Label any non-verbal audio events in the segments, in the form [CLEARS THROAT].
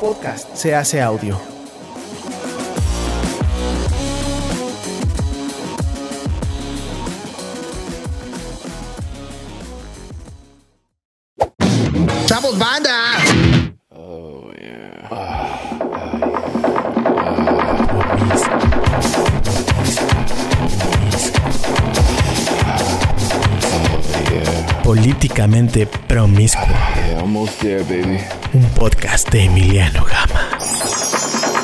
podcast se hace audio. ¡Chavos, banda! Políticamente Promiscuo, Yeah, almost there, baby. un podcast de Emiliano Gama.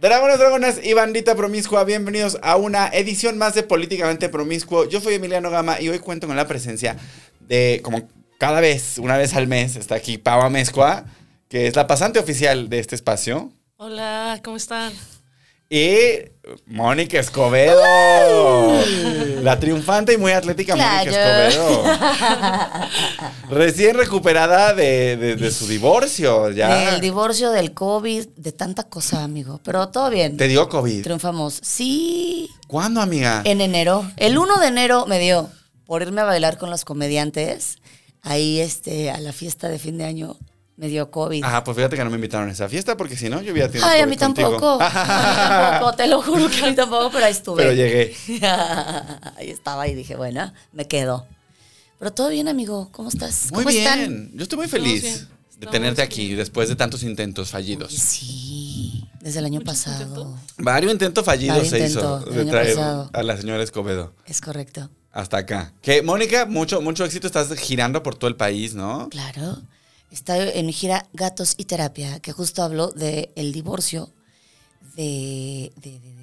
Dragones, dragonas y bandita promiscua, bienvenidos a una edición más de Políticamente Promiscuo. Yo soy Emiliano Gama y hoy cuento con la presencia de, como cada vez, una vez al mes, está aquí Pau Amezcua, que es la pasante oficial de este espacio, Hola, ¿cómo [LAUGHS] están? y Mónica Escobedo, la triunfante y muy atlética Mónica Claro. [LAUGHS] Escobedo, recién recuperada de, de- de su divorcio, ya. Del divorcio, del COVID, de tanta cosa, amigo. Pero todo bien. ¿Te Ah. dio COVID? Triunfamos. Sí, ¿Cuándo, amiga? en enero. El 1 de enero me dio por irme a bailar con los comediantes. Ahí, este, a la fiesta de fin de año, me dio COVID. Ajá, pues fíjate que no me invitaron a esa fiesta porque si no, yo hubiera tenido. Ay, a COVID mí contigo. [LAUGHS] tampoco. [LAUGHS] A mí tampoco, te lo juro que a mí tampoco, pero ahí estuve. [LAUGHS] Pero llegué. ahí estaba y dije, bueno, me quedo. Pero todo bien, amigo. ¿Cómo estás? Muy ¿Cómo bien. están? Yo estoy muy bien. feliz de Estamos tenerte bien. aquí después de tantos intentos fallidos. Sí, desde el año Muchos pasado. contentos. Varios intentos fallidos Varios se intentos hizo del de año traer pasado. a la señora Escobedo Es correcto. hasta acá. Que, Mónica, mucho, mucho éxito. Estás girando por todo el país, ¿no? Claro. Está en mi gira Gatos y Terapia, que justo habló de el divorcio, de, de- de- de-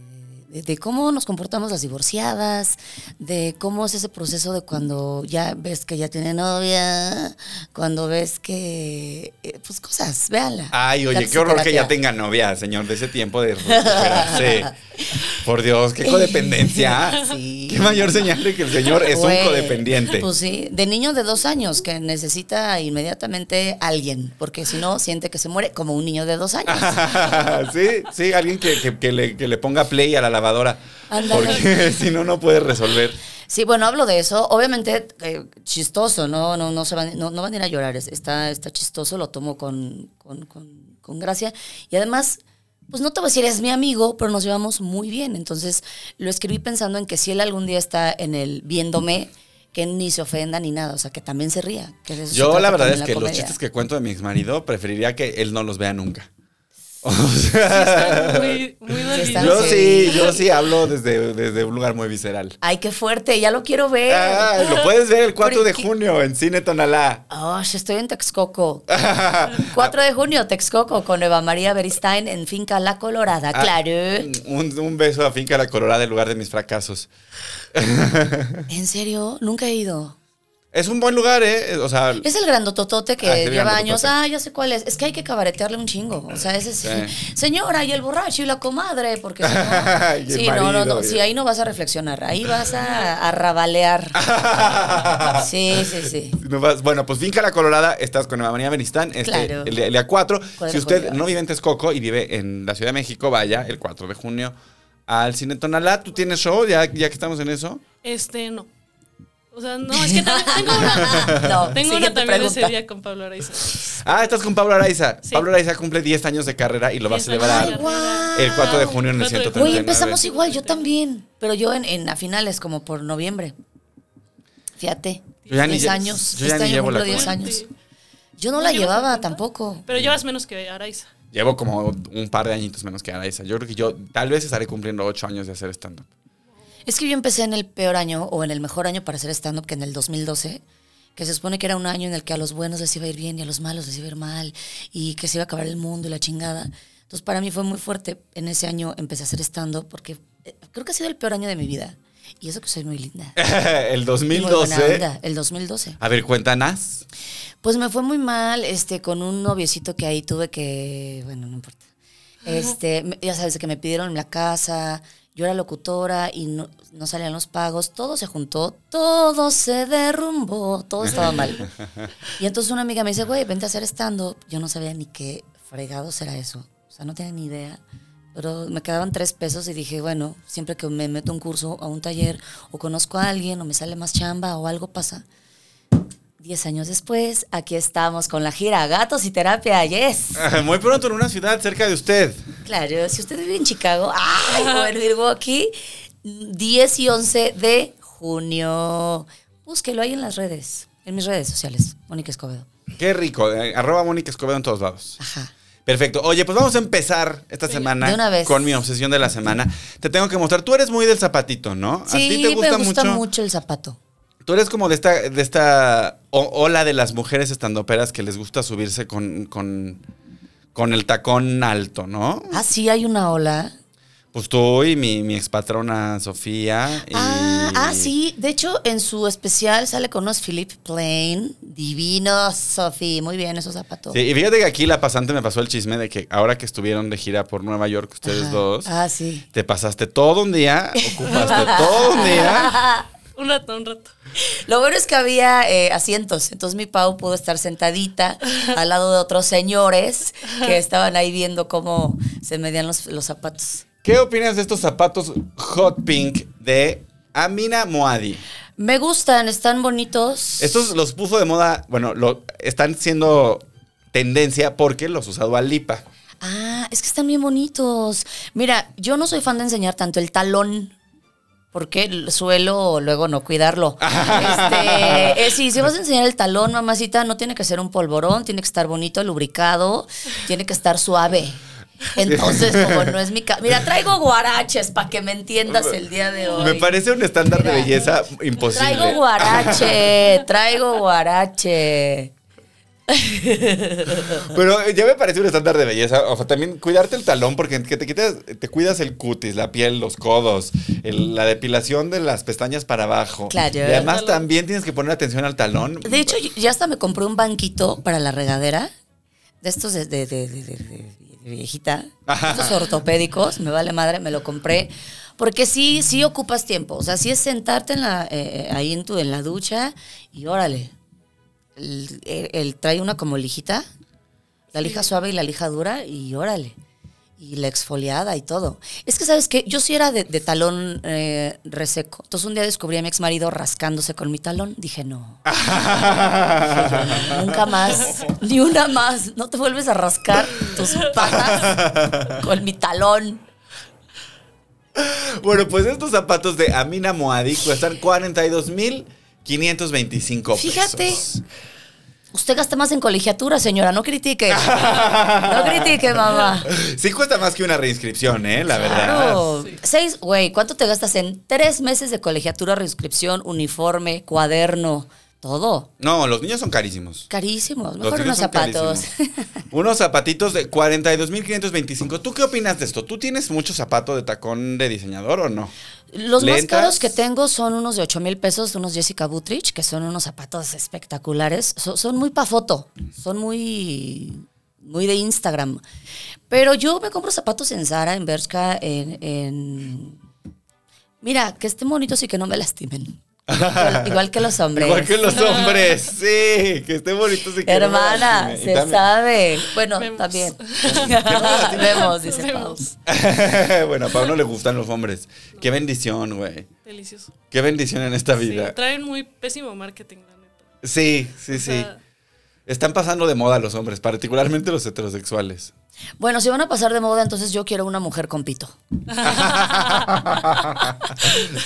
de- de cómo nos comportamos las divorciadas, de cómo es ese proceso de cuando ya ves que ya tiene novia, cuando ves que... eh, Pues cosas, véanla. Ay, oye, Gatos qué y horror que ya Terapia. tenga novia, señor, de ese tiempo de recuperarse. [LAUGHS] Por Dios, qué codependencia. Sí. Qué mayor señal de que el señor es Güey, un codependiente. Pues sí, de niño de dos años que necesita inmediatamente alguien, porque si no siente que se muere como un niño de [LAUGHS] dos años. sí, sí, alguien que, que- que le, que le ponga play a la lavadora. Ándale. Porque [LAUGHS] si no, no puede resolver. Sí, bueno, hablo de eso. Obviamente, eh, chistoso, ¿no? No, no, se van, no, no van a ir a llorar. Es- Está, está chistoso, lo tomo con, con, con- con gracia. Y además, pues no te voy a decir, es mi amigo, pero nos llevamos muy bien. Entonces, lo escribí pensando en que si él algún día está en el viéndome, que ni se ofenda ni nada. O sea, que también se ría. que de eso se Yo trata la verdad también es que los comedia. chistes que cuento de mi ex marido preferiría que él no los vea nunca. O Están sea, muy, muy dolidos. están- yo sí, sí. yo sí hablo desde, desde un lugar muy visceral. Ay, qué fuerte, ya lo quiero ver. Ah, lo puedes ver el 4 de Porque- junio en Cine Tonalá. Oh, estoy en Texcoco. [LAUGHS] 4 de junio, Texcoco, con Eva María Beristain en Finca La Colorada. Ah, claro. Un, un beso a Finca La Colorada, el lugar de mis fracasos. Mm. ¿En serio? Nunca he ido. Es un buen lugar, ¿eh? O sea, Es el grandototote que Ah, es el lleva grandototote. años. Ah, ya sé cuál es. Es que hay que cabaretearle un chingo. O sea, ese sí. Sí. Señora, y el borracho y la comadre, porque si [LAUGHS] Y el no. sí, no, no, marido, no. y- Sí, ahí no vas a reflexionar. Ahí vas a, [LAUGHS] a rabalear. Sí, sí, sí. No vas- bueno, pues Finca La Colorada, estás con Eva María Benistán, este, Claro. el, día- el día 4. Cuadra Si usted Bolívar. no vive en Texcoco y vive en la Ciudad de México, vaya el 4 de junio al Cine Tonalá. ¿Tú tienes show ya, ya que estamos en eso? Este, no. O sea, no, es que también [LAUGHS] tengo una. No, Tengo una siguiente también ese pregunta. día con Pablo Araiza. Ah, estás con Pablo Araiza. Sí. Pablo Araiza cumple 10 años de carrera y lo va a 10 celebrar años de carrera. el 4 de junio en el 4 de 139. junio. Güey, empezamos igual, yo también. Pero yo en, en a finales, como por noviembre. Fíjate. Yo ya ni 10 lle- años. yo ya este ni año llevo la cumplo 10 cuenta. años. Yo no ¿No llevas la la llevaba cuenta? tampoco. Pero llevas menos que Araiza. Llevo como un par de añitos menos que Araiza. Yo creo que yo tal vez estaré cumpliendo 8 años de hacer stand-up. [LAUGHS] Es que yo empecé en el peor año o en el mejor año para hacer stand-up que en el 2012, que se supone que era un año en el que a los buenos les iba a ir bien y a los malos les iba a ir mal y que se iba a acabar el mundo y la chingada. Entonces para mí fue muy fuerte. En ese año empecé a hacer stand-up porque eh, creo que ha sido el peor año de mi vida. Y eso que soy muy linda. el Y muy buena 2012. onda, el 2012. A ver, cuéntanos. [LAUGHS] Pues me fue muy mal, este, con un noviecito que ahí tuve que, bueno, no importa. Este, me- ya sabes que me pidieron la casa, yo era locutora y no, no salían los pagos, todo se juntó, todo se derrumbó, todo estaba mal. Y entonces una amiga me dice, güey, vente a hacer stand-up. Yo no sabía ni qué fregado será eso. O sea, no tenía ni idea. pero me quedaban tres pesos y dije, bueno, siempre que me meto a un curso, a un taller, o conozco a alguien, o me sale más chamba, o algo pasa. Diez años después, aquí estamos con la gira Gatos y Terapia, yes. Muy pronto en una ciudad cerca de usted. Claro, si usted vive en Chicago, ay, bueno, Milwaukee, 10 y 11 de junio. Búsquelo ahí en las redes, en mis redes sociales, Mónica Escobedo. Qué rico. eh, Arroba Mónica Escobedo en todos lados. Ajá. Perfecto. Oye, pues vamos a empezar esta semana De una vez. con mi obsesión de la semana. Te tengo que mostrar. Tú eres muy del zapatito, ¿no? a ti Sí, te gusta, me gusta mucho. mucho? el zapato. Tú eres como de esta, de esta o- ola de las mujeres estandoperas que les gusta subirse con, con, con el tacón alto, ¿no? Ah, sí, hay una ola. Pues tú y mi, mi expatrona Sofía. y- Ah, ah, sí. De hecho, en su especial sale con unos Philip Plain. Divino, Sofi. Muy bien, esos zapatos. Sí, y fíjate que aquí la pasante me pasó el chisme de que ahora que estuvieron de gira por Nueva York, ustedes Ajá. dos, Ah, sí. te pasaste todo un día, [LAUGHS] ocupaste todo un día. Ah, Un rato, un rato. Lo bueno es que había eh, asientos, entonces mi Pau pudo estar sentadita al lado de otros señores que estaban ahí viendo cómo se medían los, los zapatos. ¿Qué opinas de estos zapatos hot pink de Amina Moadi? Me gustan, están bonitos. Estos los puso de moda, bueno, lo, están siendo tendencia porque los usó Dua Lipa. Ah, es que están bien bonitos. Mira, yo no soy fan de enseñar tanto el talón. Porque suelo luego [LAUGHS] no cuidarlo. Este, eh, sí, si vas a enseñar el talón, mamacita, no tiene que ser un polvorón, tiene que estar bonito, lubricado, tiene que estar suave. Entonces, como no es mi caso. [LAUGHS] Mira, traigo guaraches para que me entiendas el día de hoy. Me parece un estándar de Mira. belleza imposible. Traigo guarache, traigo guarache. Pero ya me parece un estándar de belleza. O sea, también cuidarte el talón, porque que te quitas, te cuidas el cutis, la piel, los codos, el- la depilación de las pestañas para abajo. Claro. Y además El talón. también tienes que poner atención al talón. De hecho, yo- ya hasta me compré un banquito para la regadera. De estos de, de- de- de- de- de- de viejita. Estos ortopédicos, me vale madre, me lo compré. Porque sí, sí ocupas tiempo. O sea, sí es sentarte en la, eh, eh, ahí en, tu, en la ducha y órale. El, el- el- trae una como lijita, la lija suave y la lija dura y órale. Y la exfoliada y todo. Es que, ¿sabes qué? Yo sí era de, de talón eh, reseco. Entonces un día descubrí a mi ex marido rascándose con mi talón. Dije, no. [LAUGHS] Nunca más, ni una más. No te vuelves a rascar tus patas con mi talón. [LAUGHS] Bueno, pues estos zapatos de Amina Moadi cuestan 42,525 pesos. Fíjate. Usted gasta más en colegiatura, señora. No critique. No critique, mamá. Sí cuesta más que una reinscripción, ¿eh? La verdad. Claro. Seis, güey, ¿cuánto te gastas en tres meses de colegiatura, reinscripción, uniforme, cuaderno? Todo. No, los niños son carísimos. Carísimos. Los Mejor niños unos son zapatos. carísimos. unos zapatitos de 42.525. ¿Tú qué opinas de esto? ¿Tú tienes mucho zapato de tacón de diseñador o no? Los más Lentas. caros que tengo son unos de 8 mil pesos, unos Jessica Butrich, que son unos zapatos espectaculares. So- son muy pa' foto, son muy, muy de Instagram. Pero yo me compro zapatos en Zara, en Bershka, en, en- Mira, que estén bonitos y que no me lastimen. Igual, igual que los [LAUGHS] hombres. Igual que los hombres, sí, que estén bonitos [LAUGHS] y que no me Hermana, lastimen. Y se también- sabe. Bueno, Vemos. [LAUGHS] también. lastimen. Ah, [LAUGHS] Vemos, dice Vemos. [LAUGHS] Pau. bueno, a Pablo le gustan los hombres. Qué bendición, güey. Delicioso. Qué bendición en esta Sí, vida. traen muy pésimo marketing, la neta. Sí, sí, O sí. sea, [LAUGHS] Están pasando de moda los hombres, particularmente los [LAUGHS] heterosexuales. Bueno, si van a pasar de moda, entonces yo quiero una mujer con pito.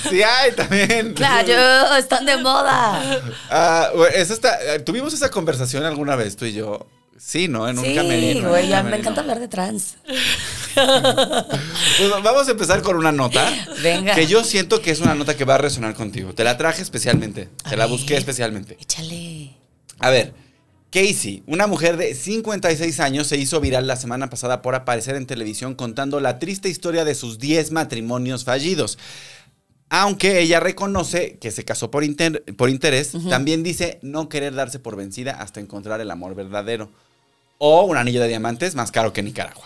sí, hay también. Claro, están de moda. Ah, güey, eso está- eh, tuvimos esa conversación alguna vez tú y yo. Sí, ¿no? En un Sí, camerino. en güey, un ya me camerino. encanta hablar de trans. Pues vamos a empezar con una nota. Venga. Que yo siento que es una nota que va a resonar contigo. Te la traje especialmente. A te la ver. busqué especialmente. Échale. [LAUGHS] A ver, Casey, una mujer de 56 años, se hizo viral la semana pasada por aparecer en televisión contando la triste historia de sus 10 matrimonios fallidos. Aunque ella reconoce que se casó por, inter- por interés, también dice no querer darse por vencida hasta encontrar el amor verdadero. O un anillo de diamantes más caro que Nicaragua.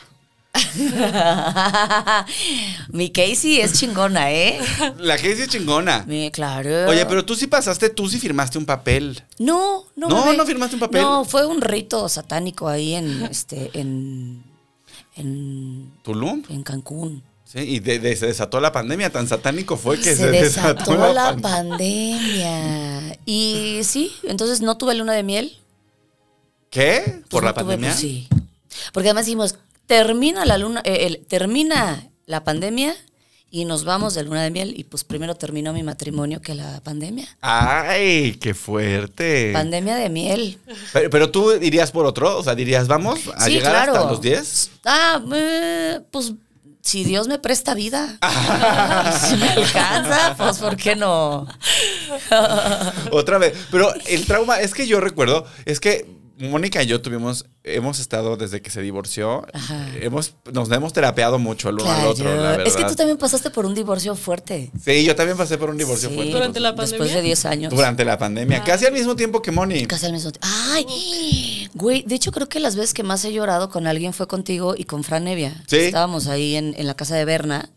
Mi Casey es chingona, ¿eh? La Casey es chingona. Mi- claro. Oye, pero tú sí pasaste, tú sí firmaste un papel. No, no. No, bebé. no firmaste un papel. No, fue un rito satánico ahí en, este, en, en, Tulum. en Cancún. Sí, y de- de- se desató la pandemia. Tan satánico fue que se, se, desató, la pan- pandemia. Y sí, entonces no tuve luna de miel. ¿Qué? Pues ¿Por no la tuve, pandemia? pues sí. Porque además dijimos, termina la luna, eh, el- termina la pandemia y nos vamos de luna de miel. Y pues primero terminó mi matrimonio que la pandemia. Ay, qué fuerte. Pandemia de miel. Pero, pero tú dirías por otro, o sea, dirías, vamos a Sí, llegar claro. hasta los 10. Ah, eh, pues si Dios me presta [LAUGHS] vida. si me alcanza, pues ¿por qué no? Otra vez. Pero el trauma, es que yo recuerdo, es que Mónica y yo tuvimos, hemos estado desde que se divorció, Ajá. hemos, nos hemos terapeado mucho el uno al otro, la verdad. Es que tú también pasaste por un divorcio fuerte. Sí, yo también pasé por un divorcio Sí, fuerte. Durante la Después pandemia. de 10 años. Durante la pandemia, casi al mismo tiempo que Moni. Casi al mismo tiempo. ¡Ay! Güey, de hecho creo que las veces que más he llorado con alguien fue contigo y con Fran Nevia. Sí. Estábamos ahí en, en la casa de Berna.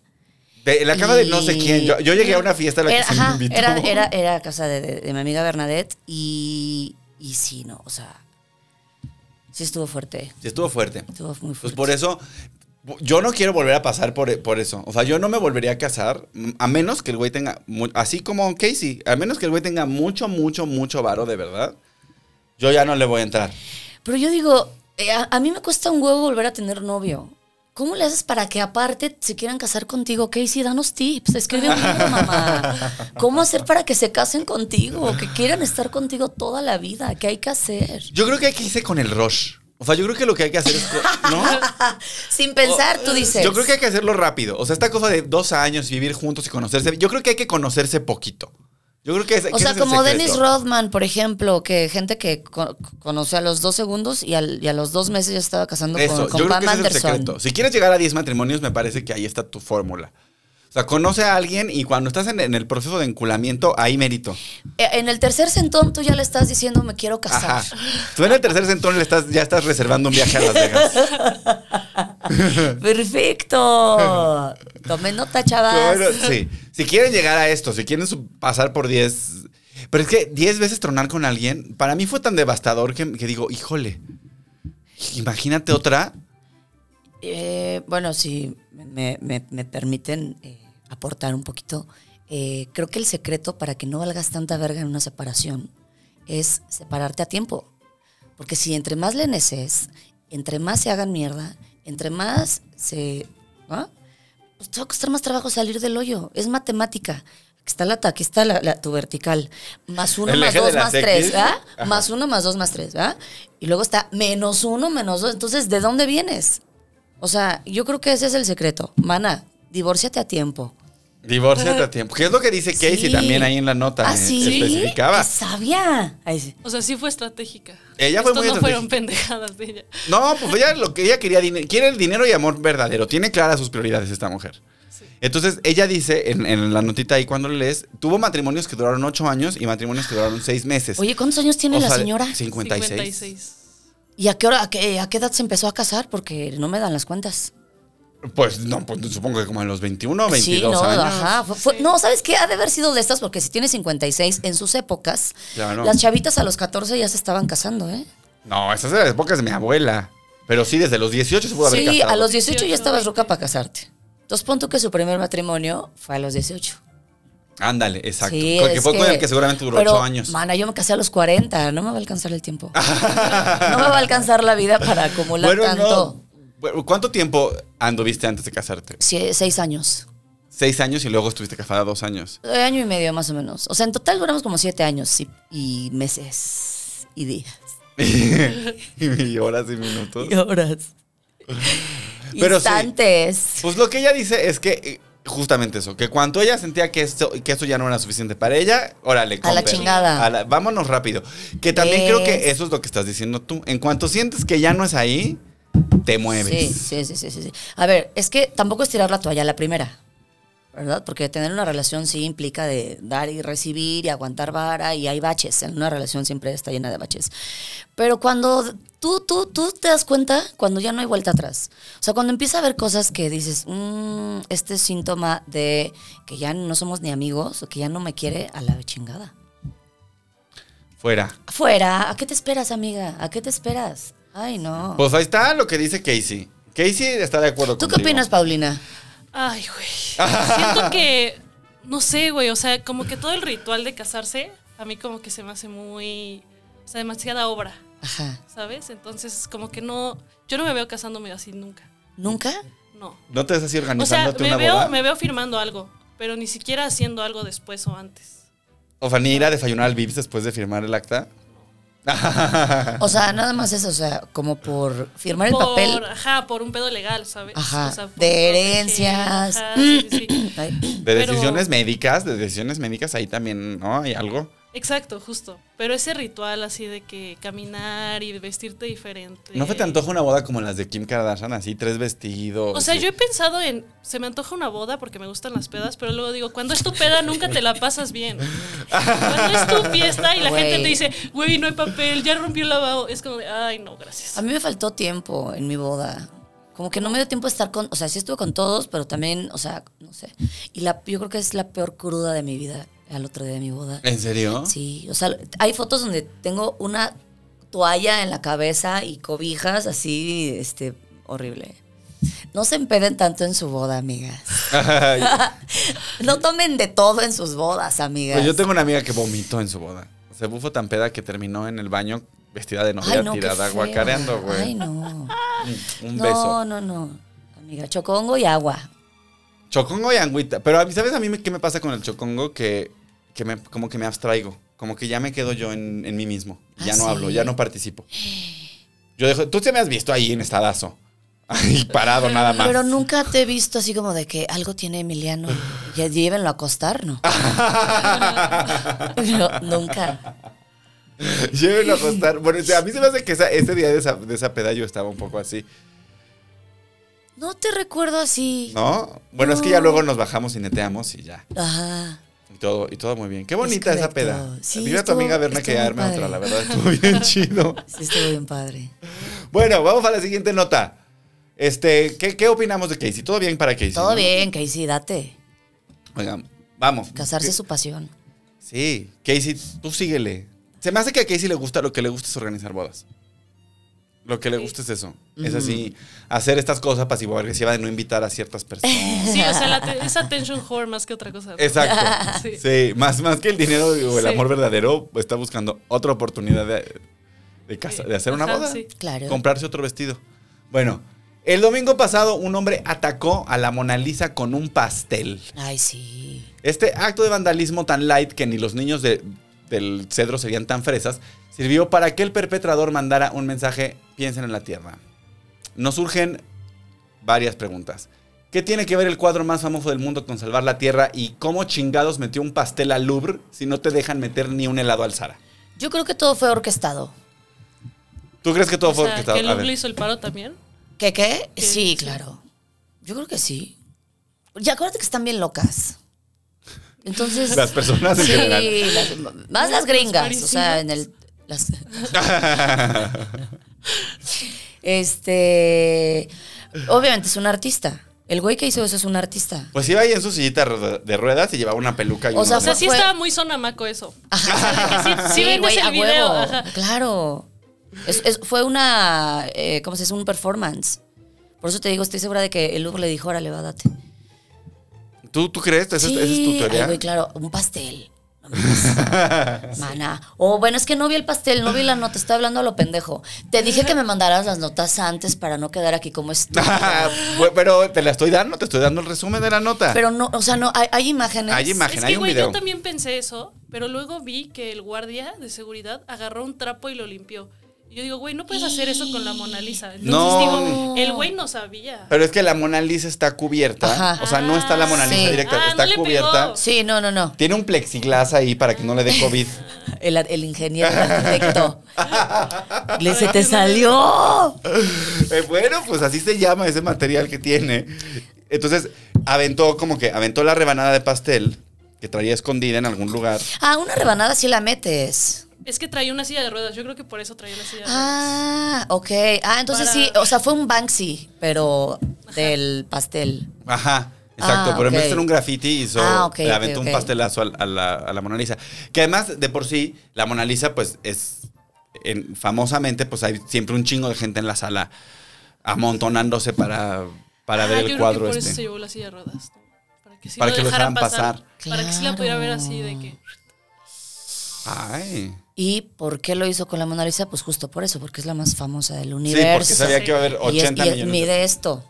De la cama de no sé Y- quién. Yo, yo llegué a una fiesta a la que Era- se me ajá, invitó. Era, era, era casa de, de- de mi amiga Bernadette y, y sí, no, o sea, sí estuvo fuerte. Sí, estuvo fuerte. Estuvo muy fuerte. Pues por eso, yo no quiero volver a pasar por, por eso. O sea, yo no me volvería a casar mm, a menos que el güey tenga, mu- así como Casey, a menos que el güey tenga mucho, mucho, mucho varo de verdad. Yo ya no le voy a entrar. Pero yo digo, eh, a, a mí me cuesta un huevo volver a tener novio. ¿Cómo le haces para que aparte se quieran casar contigo? Casey, danos tips, escribe un libro, mamá. ¿Cómo hacer para que se casen contigo? Que quieran estar contigo toda la vida. ¿Qué hay que hacer? Yo creo que hay que irse con el rush. O sea, yo creo que lo que hay que hacer es... co- ¿No? Sin pensar, tú [LAUGHS] dices. Oh, eh, Yo creo que hay que hacerlo rápido. O sea, esta cosa de dos años, vivir juntos y conocerse. Yo creo que hay que conocerse poquito. Yo creo que es... O que ese sea, es el como secreto. Dennis Rodman, por ejemplo, que gente que co- conoció a los dos segundos y, al- y a los dos meses ya estaba casando Eso, con, con yo creo Pam que ese es el Anderson. secreto. Si quieres llegar a 10 matrimonios, me parece que ahí está tu fórmula. O sea, conoce a alguien y cuando estás en, en el proceso de enculamiento, ahí mérito. Eh, En el tercer sentón tú ya le estás diciendo me quiero casar. Ajá. Tú en el tercer centón le estás, ya estás reservando un viaje a Las [LAUGHS] Vegas. Perfecto. Tomen nota, chavas. Bueno, sí. Si quieren llegar a esto, si quieren su- pasar por 10. Pero es que 10 veces tronar con alguien, para mí fue tan devastador que, que digo, híjole, imagínate otra. Eh, bueno, si me, me- me permiten eh, aportar un poquito, eh, creo que el secreto para que no valgas tanta verga en una separación es separarte a tiempo. Porque si entre más le neces, entre más se hagan mierda, entre más se... ¿no? Pues te va a costar más trabajo salir del hoyo. Es matemática. Aquí está la, aquí está la, la- tu vertical. Más uno, El más eje de dos, las más X. tres. ¿verdad? Ajá. Más uno, más dos, más tres. ¿verdad? Y luego está menos uno, menos dos. Entonces, ¿de dónde vienes? O sea, yo creo que ese es el secreto. Mana, divórciate a tiempo. Divórciate a tiempo. ¿Qué es lo que dice Casey Sí. también ahí en la nota? ¿Ah, eh, sí? Especificaba. ¡Qué sabia! Ahí sí. O sea, sí fue estratégica. Ella fue Estos muy no fueron estratégica. pendejadas de ella. No, pues ella lo que ella quería dine- quiere el dinero y amor verdadero. Tiene claras sus prioridades esta mujer. Entonces, ella dice en, en la notita ahí cuando lees, tuvo matrimonios que duraron ocho años y matrimonios que duraron seis meses. Oye, ¿cuántos años tiene O la sea, señora? 56. 56. ¿Y a qué hora, a qué, a qué edad se empezó a casar? Porque no me dan las cuentas. Pues no, pues, supongo que como en los 21 o 22 sí, no, años. ajá. Fue- fue- No, ¿sabes qué? Ha de haber sido de estas, porque si tiene 56, en sus épocas, Claro. las chavitas a los 14 ya se estaban casando, ¿eh? No, esas eran las épocas de mi abuela. Pero sí, desde los 18 se pudo haber Sí, casado. a los 18 ya 18, estabas roca para casarte. Entonces pon tú que su primer matrimonio fue a los 18. Ándale, exacto. Sí, Porque es fue con el que seguramente duró pero, ocho años. Mana, yo me casé a los 40, no me va a alcanzar [LAUGHS] el tiempo. no me va a alcanzar la vida para acumular Bueno, no. tanto. Bueno, ¿Cuánto tiempo anduviste antes de casarte? Sie- seis años. Seis años y luego estuviste casada dos años. Eh, Año y medio más o menos. O sea, en total duramos como siete años y, y meses y días [LAUGHS] y horas y minutos. y [LAUGHS] horas. Pero sí. Instantes. Pues lo que ella dice es que eh, justamente eso, que cuando ella sentía que esto, que esto ya no era suficiente para ella, órale, A la compa. chingada. A la- vámonos rápido. Que también creo que ¿Ves? eso es lo que estás diciendo tú. En cuanto sientes que ya no es ahí, te mueves. Sí, sí, sí, sí, sí, sí. A ver, es que tampoco es tirar la toalla a la primera, ¿verdad? Porque tener una relación sí implica de dar y recibir y aguantar vara y hay baches. En una relación siempre está llena de baches. Pero cuando tú, tú, tú te das cuenta, cuando ya no hay vuelta atrás. O sea, cuando empieza a haber cosas que dices, "Mm, este es síntoma de que ya no somos ni amigos o que ya no me quiere a la chingada. Fuera. Afuera, ¿a qué te esperas, amiga? ¿A qué te esperas? Ay, no. Pues ahí está lo que dice Casey. Casey está de acuerdo ¿Tú qué contigo. opinas, Paulina? Ay, güey. Siento que, no sé, güey, o sea, como que todo el ritual de casarse, a mí como que se me hace muy, o sea, demasiada obra, Ajá. ¿sabes? Entonces, como que no, yo no me veo casándome así nunca, ¿Nunca? no. ¿No te ves así O sea, organizándote me una veo, boda? me veo firmando algo, pero ni siquiera haciendo algo después o antes. O sea, ni ir a desayunar al Vips después de firmar el acta. [LAUGHS] O sea, nada más eso, o sea, como por firmar el por, papel. Ajá, por un pedo legal, ¿sabes? Ajá. O sea, por de proteger, herencias. ajá, sí, sí, [CLEARS THROAT] sí. [CLEARS THROAT] Ay, De Pero- decisiones médicas, de decisiones médicas ahí también, ¿no? Hay algo. Exacto, justo. Pero ese ritual así de que caminar y vestirte diferente. ¿No se te antoja una boda como las de Kim Kardashian, así tres vestidos? O sea, y- yo he pensado en, se me antoja una boda porque me gustan las pedas, pero luego digo, cuando es tu peda nunca te la pasas bien. Cuando es tu fiesta y la Güey. gente te dice, güey, no hay papel, ya rompió el lavado, es como de, ay, no, gracias. A mí me faltó tiempo en mi boda. Como que no me dio tiempo de estar con, o sea, sí estuve con todos, pero también, o sea, no sé. Y la, yo creo que es la peor cruda de mi vida, al otro día de mi boda. ¿En serio? Sí, o sea, hay fotos donde tengo una toalla en la cabeza y cobijas así, este, horrible. No se empeden tanto en su boda, amigas. [LAUGHS] Ay, [LAUGHS] No tomen de todo en sus bodas, amigas. pues yo tengo una amiga que vomitó en su boda. Se bufó tan peda que terminó en el baño vestida de novia Ay, no, qué tirada, feo. guacareando, güey. Ay, no. Un un no, beso. no, no. Amiga, chocongo y agua. Chocongo y angüita. Pero, a mí, ¿sabes a mí me- qué me pasa con el chocongo? Que, que me, como que me abstraigo. Como que ya me quedo yo en, en mí mismo. Ya Ah, no ¿sí? hablo, ya no participo. Yo dejo... Tú te me has visto ahí en estadazo. [LAUGHS] Ahí parado nada más. Pero nunca te he visto así como de que algo tiene Emiliano. Ya llévenlo a acostar, [LAUGHS] ¿no? No, nunca. Llévenlo a acostar. Bueno, o sea, a mí se me hace que esa- ese día de esa, de esa peda yo estaba un poco así. No te recuerdo así. ¿No? Bueno, es que ya luego nos bajamos y neteamos y ya. Ajá. Y todo, y todo muy bien. Qué bonita Es esa peda. correcto. Sí, Dile a tu estuvo- amiga Berna que estuvo muy arme otra, padre. la verdad. Estuvo [LAUGHS] bien chido. Sí, estuvo bien padre. Bueno, vamos a la siguiente nota. Este, ¿qué, qué opinamos de Casey? ¿Todo bien para Casey? Todo no? bien, Casey, date. Oigan, vamos. Casarse ¿Qué? es su pasión. Sí, Casey, tú síguele. Se me hace que a Casey le gusta, lo que le gusta es organizar bodas. Lo que le gusta es eso. Es así, hacer estas cosas pasivo-agresiva de no invitar a ciertas personas. [LAUGHS] Sí, o sea, la te- [LAUGHS] es attention whore más que otra cosa. ¿no? Exacto. Sí, [LAUGHS] Sí. más, más que el dinero o el Sí. amor verdadero, está buscando otra oportunidad de, de casa- de hacer una Ajá, boda. sí. Claro. comprarse otro vestido. Bueno, el domingo pasado un hombre atacó a la Mona Lisa con un pastel. Ay, sí. Este acto de vandalismo tan light que ni los niños de- del cedro serían tan fresas, sirvió para que el perpetrador mandara un mensaje, piensen en la tierra. Nos surgen varias preguntas. ¿Qué tiene que ver el cuadro más famoso del mundo con salvar la tierra y cómo chingados metió un pastel al Louvre si no te dejan meter ni un helado al Zara? Yo creo que todo fue orquestado. ¿Tú crees que todo O fue sea, orquestado? que A Luke ver. le hizo el paro también. ¿Qué qué? Que Sí, sí. claro. Yo creo que sí. Ya acuérdate que están bien locas. Entonces. Las personas en sí, general. las- más las gringas. O sea, en el. [LAUGHS] Las, este. Obviamente es un artista. El güey que hizo eso es un artista. Pues iba ahí en su sillita ro- de ruedas y llevaba una peluca y O unos sea, O sea, guantes. sí Fue- estaba muy sonamaco eso. Ajá. [LAUGHS] O sea, de que sí- sí vendes el a video, huevo. ajá. Claro. Es- es- fue una, eh, ¿cómo se dice? Un performance. Por eso te digo, estoy segura de que el Louvre le dijo, órale, va, date. ¿Tú, ¿Tú crees? ¿Esa, es- esa es tu teoría? ay, güey, claro, un pastel. [LAUGHS] No mames. Mana. O bueno, es que no vi el pastel, no vi la nota, estoy hablando a lo pendejo. Te dije que me mandaras las notas antes para no quedar aquí como [LAUGHS] estúpida. Bu- Pero te la estoy dando, te estoy dando el resumen de la nota. Pero no, o sea, no, hay, hay imágenes. Hay ima- Imagen, Es hay que, un güey, video. yo también pensé eso, pero luego vi que el guardia de seguridad agarró un trapo y lo limpió. Y yo digo, güey, no puedes hacer eso con la Mona Lisa. Entonces No. digo, el güey no sabía. Pero es que la Mona Lisa está cubierta. Ajá. O sea, no está la Mona Lisa Sí. directa, Ah, no está le pegó. cubierta. Sí, no, no, no. Tiene un plexiglas ahí para que no le [LAUGHS] dé COVID. El, el [LAUGHS] ingeniero el arquitecto. Le se te salió. Eh, bueno, pues así se llama ese material que tiene. Entonces, aventó como que aventó la rebanada de pastel que traía escondida en algún lugar. Ah, una rebanada sí la metes. Es que traía una silla de ruedas. Yo creo que por eso traía una silla de ruedas. Ah, ok. Ah, entonces Para- sí, o sea, fue un Banksy, pero del pastel. Ajá, exacto. Ah, pero en vez de ok. hacer un graffiti, hizo, Ah, ok, le aventó ok, un ok. pastelazo al- a, la, a la Mona Lisa. Que además, de por sí, la Mona Lisa, pues es. en- famosamente, pues hay siempre un chingo de gente en la sala amontonándose para, para Ah, ver yo el creo cuadro que por este. eso se llevó la silla de ruedas. ¿no? Para que sí Para lo que lo dejaran dejaran pasar. pasar. Para que sí la pudiera ver Claro. así de que. Ay. ¿Y por qué lo hizo con la Mona Lisa? Pues justo por eso, porque es la más famosa del Sí, universo. porque sabía que iba a haber Y es- 80 y es- millones. de- mide esto.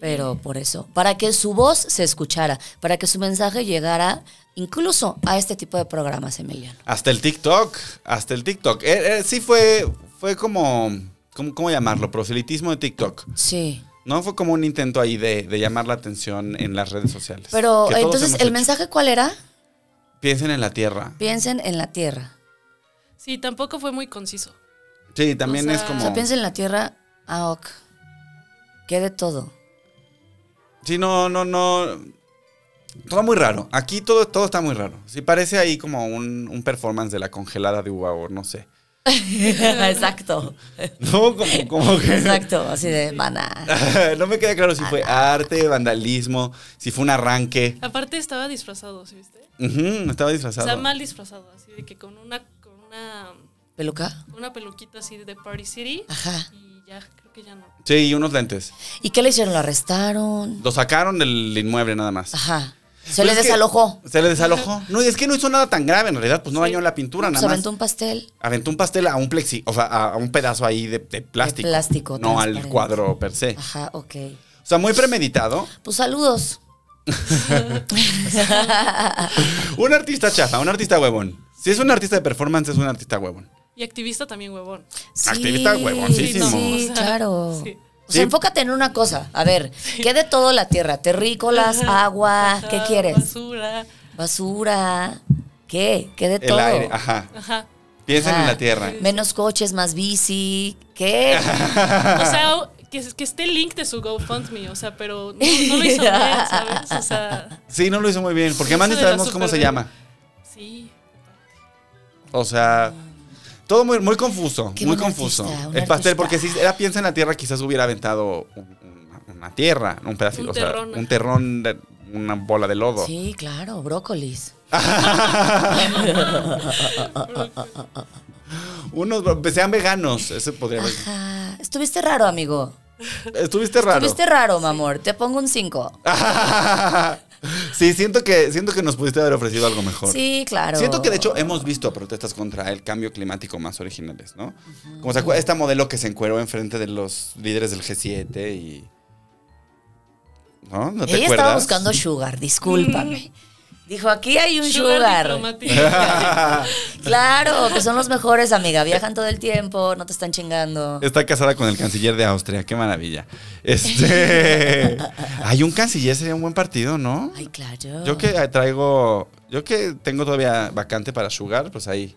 Pero por eso, para que su voz se escuchara, para que su mensaje llegara incluso a este tipo de programas, Emiliano. Hasta el TikTok, hasta el TikTok. Eh, eh, sí fue, fue como, como- ¿cómo llamarlo? Proselitismo de TikTok. Sí. No fue como un intento ahí de, de llamar la atención en las redes sociales. Pero Que todos entonces, hemos ¿el hecho. mensaje cuál era? Piensen en la tierra. Piensen en la tierra. Sí, tampoco fue muy conciso. Sí, también O sea- es como. O sea, piensen en la tierra, ah, ok. Que de todo. Sí, no, no, no. Todo muy raro. Aquí todo, todo está muy raro. Sí, parece ahí como un, un performance de la congelada de uva o no sé. [LAUGHS] exacto, No, como, como que. exacto. Ah, Así de, van a... [LAUGHS] no me queda claro si fue arte, vandalismo, si fue un arranque. Aparte estaba disfrazado, ¿sí viste? Ujú, estaba O disfrazado. sea, mal disfrazado, así de que con una, con una, ¿Peluca? con una peluquita así de Party City. Ajá. Y ya, creo que ya no. Sí, y unos lentes. ¿Y qué le hicieron? ¿Lo arrestaron? Lo sacaron del inmueble nada más. Ajá. Ah, Se Pues les es que- desalojó. Se le desalojó. No, y es que no hizo nada tan grave en realidad, pues no dañó la pintura, Se nada más. aventó un pastel. Aventó un pastel a un plexi, o sea, a a un pedazo ahí de, de plástico. plástico No al transparente. cuadro per se. Ajá, ok. O sea, muy premeditado. Pues saludos. Un artista chafa, un artista huevón. Si es un artista de performance, es un artista huevón. Y activista también, huevón. Sí, Activista huevoncísimo. Sí, O sea, claro. sí. O Sí. sea, enfócate en una cosa. A ver, ¿qué de todo la tierra? Terrícolas, agua, ¿qué Ajá, quieres? Basura. Basura. ¿Qué? ¿Qué de El todo? aire, ajá. Ajá. Piensen Ajá. en la tierra. Menos coches, más bici. [LAUGHS] ¿Qué? O sea, que, que esté el link de su GoFundMe, o sea, pero no, no lo hizo [LAUGHS] bien, ¿sabes? O sea, Sí, no lo hizo muy bien, porque además ni Hizo de la sabemos cómo se superman. llama. sí. O sea, todo muy, muy confuso, Qué muy buen confuso. artista, un el pastel, artista. porque si era piensa en la tierra, quizás hubiera aventado un- una, una tierra, un pedacito, Un o sea, terrón. un terrón de una bola de lodo. [LAUGHS] Sí, claro, brócolis. Ah, Unos pues, sean veganos, eso podría haber. Ajá. Estuviste raro, amigo. Estuviste raro. Estuviste raro, mi amor. Te pongo un 5. [LAUGHS] sí, siento que siento que nos pudiste haber ofrecido algo mejor. Sí, claro. Siento que de hecho hemos visto protestas contra el cambio climático más originales, ¿no? Como se acuerda, esta modelo que se encueró enfrente de los líderes del G7 y. ¿No? ¿No te Ella acuerdas? estaba buscando sugar, discúlpame. Dijo, aquí hay un Mm. Sugar sugar. [LAUGHS] diplomático. Claro, que son los mejores, [LAUGHS] amiga. Viajan todo el tiempo, no te están chingando. Está casada con el canciller de Austria, qué maravilla. [LAUGHS] Este. [LAUGHS] Hay un canciller, sería un buen partido, ¿no? Ay, claro. Yo que eh, traigo. Yo que tengo todavía vacante para Sugar, pues ahí.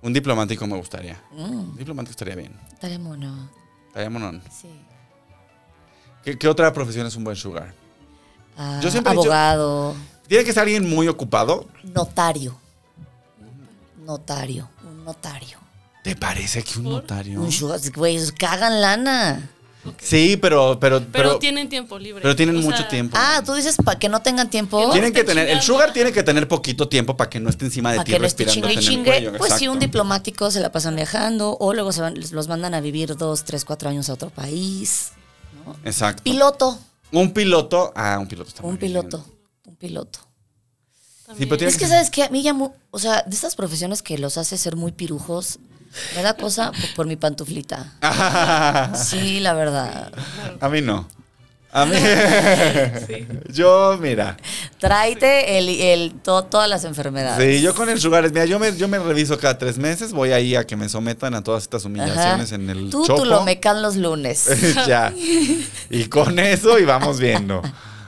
Un diplomático me gustaría. Mm, Un diplomático estaría bien. estaré mono. Estaría monón. Sí. ¿Qué, qué otra profesión es un buen Sugar? Ah, Yo siempre he dicho- abogado, Tiene que ser alguien muy ocupado. notario. Notario, un notario. ¿Te parece que un notario? Un sugar, güey, esos cagan lana. Sí, pero. Pero, Pero, pero, tienen tiempo libre. pero tienen O sea, mucho tiempo. Ah, tú dices para que no tengan tiempo. ¿Quién Tienen que Están tener, el chingando. sugar tiene que tener poquito tiempo para que no esté encima de Para ti que no esté respirando. chingue y chingue. pues sí, un diplomático se la pasan viajando o luego se van, los mandan a vivir dos, tres, cuatro años a otro país. Exacto. Piloto. Un piloto. Ah, un piloto está muy Un bien. [LAUGHS] piloto. Un piloto. Sí, pero tiene Es que, ¿sabes qué? A mí ya, mu- o sea, de estas profesiones que los hace ser muy pirujos, me da cosa por, por mi pantuflita. Sí, la verdad. A mí no. A [LAUGHS] mí. Sí. [LAUGHS] Yo, mira. Tráete el, el, to- todas las enfermedades. Sí, yo con el sugar. Mira, yo me, yo me reviso cada tres meses. Voy ahí a que me sometan a todas estas Ajá. humillaciones en el Tú, chopo. tú lo mecan los lunes. [LAUGHS] ya. Y con eso y vamos viendo.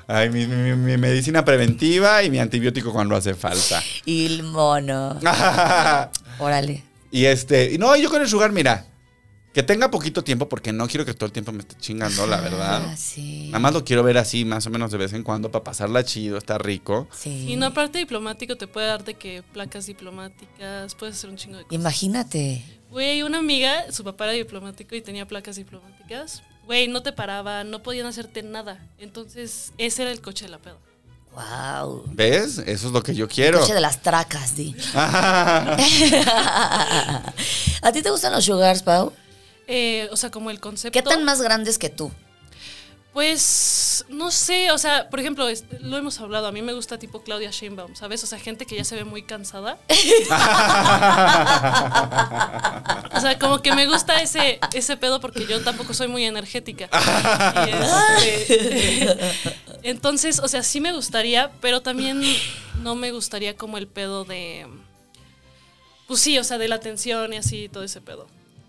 Ay, mi, mi- mi medicina preventiva y mi antibiótico cuando hace falta. [LAUGHS] Y el mono. Ah. Órale. y este, y no, yo con el sugar, mira, que tenga poquito tiempo porque no quiero que todo el tiempo me esté chingando, la verdad. Ah, sí. Nada más lo quiero ver así, más o menos de vez en cuando, para pasarla chido, está rico. Sí. Y no, aparte diplomático te puede dar de que placas diplomáticas, puedes hacer un chingo de cosas. Imagínate. Güey, una amiga, su papá era diplomático y tenía placas diplomáticas. Güey, no te paraban, no podían hacerte nada. Entonces, ese era el coche de la peda. Wow. ¿Ves? Eso es lo que yo quiero. [LAUGHS] Coche de las tracas, di. ¿A ti te gustan los sugars, Pau? eh, o sea, como el concepto. ¿Qué tan más grandes que tú? Pues no sé, o sea, por ejemplo, es- lo hemos hablado, a mí me gusta tipo Claudia Sheinbaum, ¿sabes? O sea, gente que ya se ve muy cansada. O sea, como que me gusta ese, ese pedo porque yo tampoco soy muy energética. Y este, entonces, o sea, sí me gustaría, pero también no me gustaría como el pedo de... Pues sí, o sea, de la atención y así, todo ese pedo.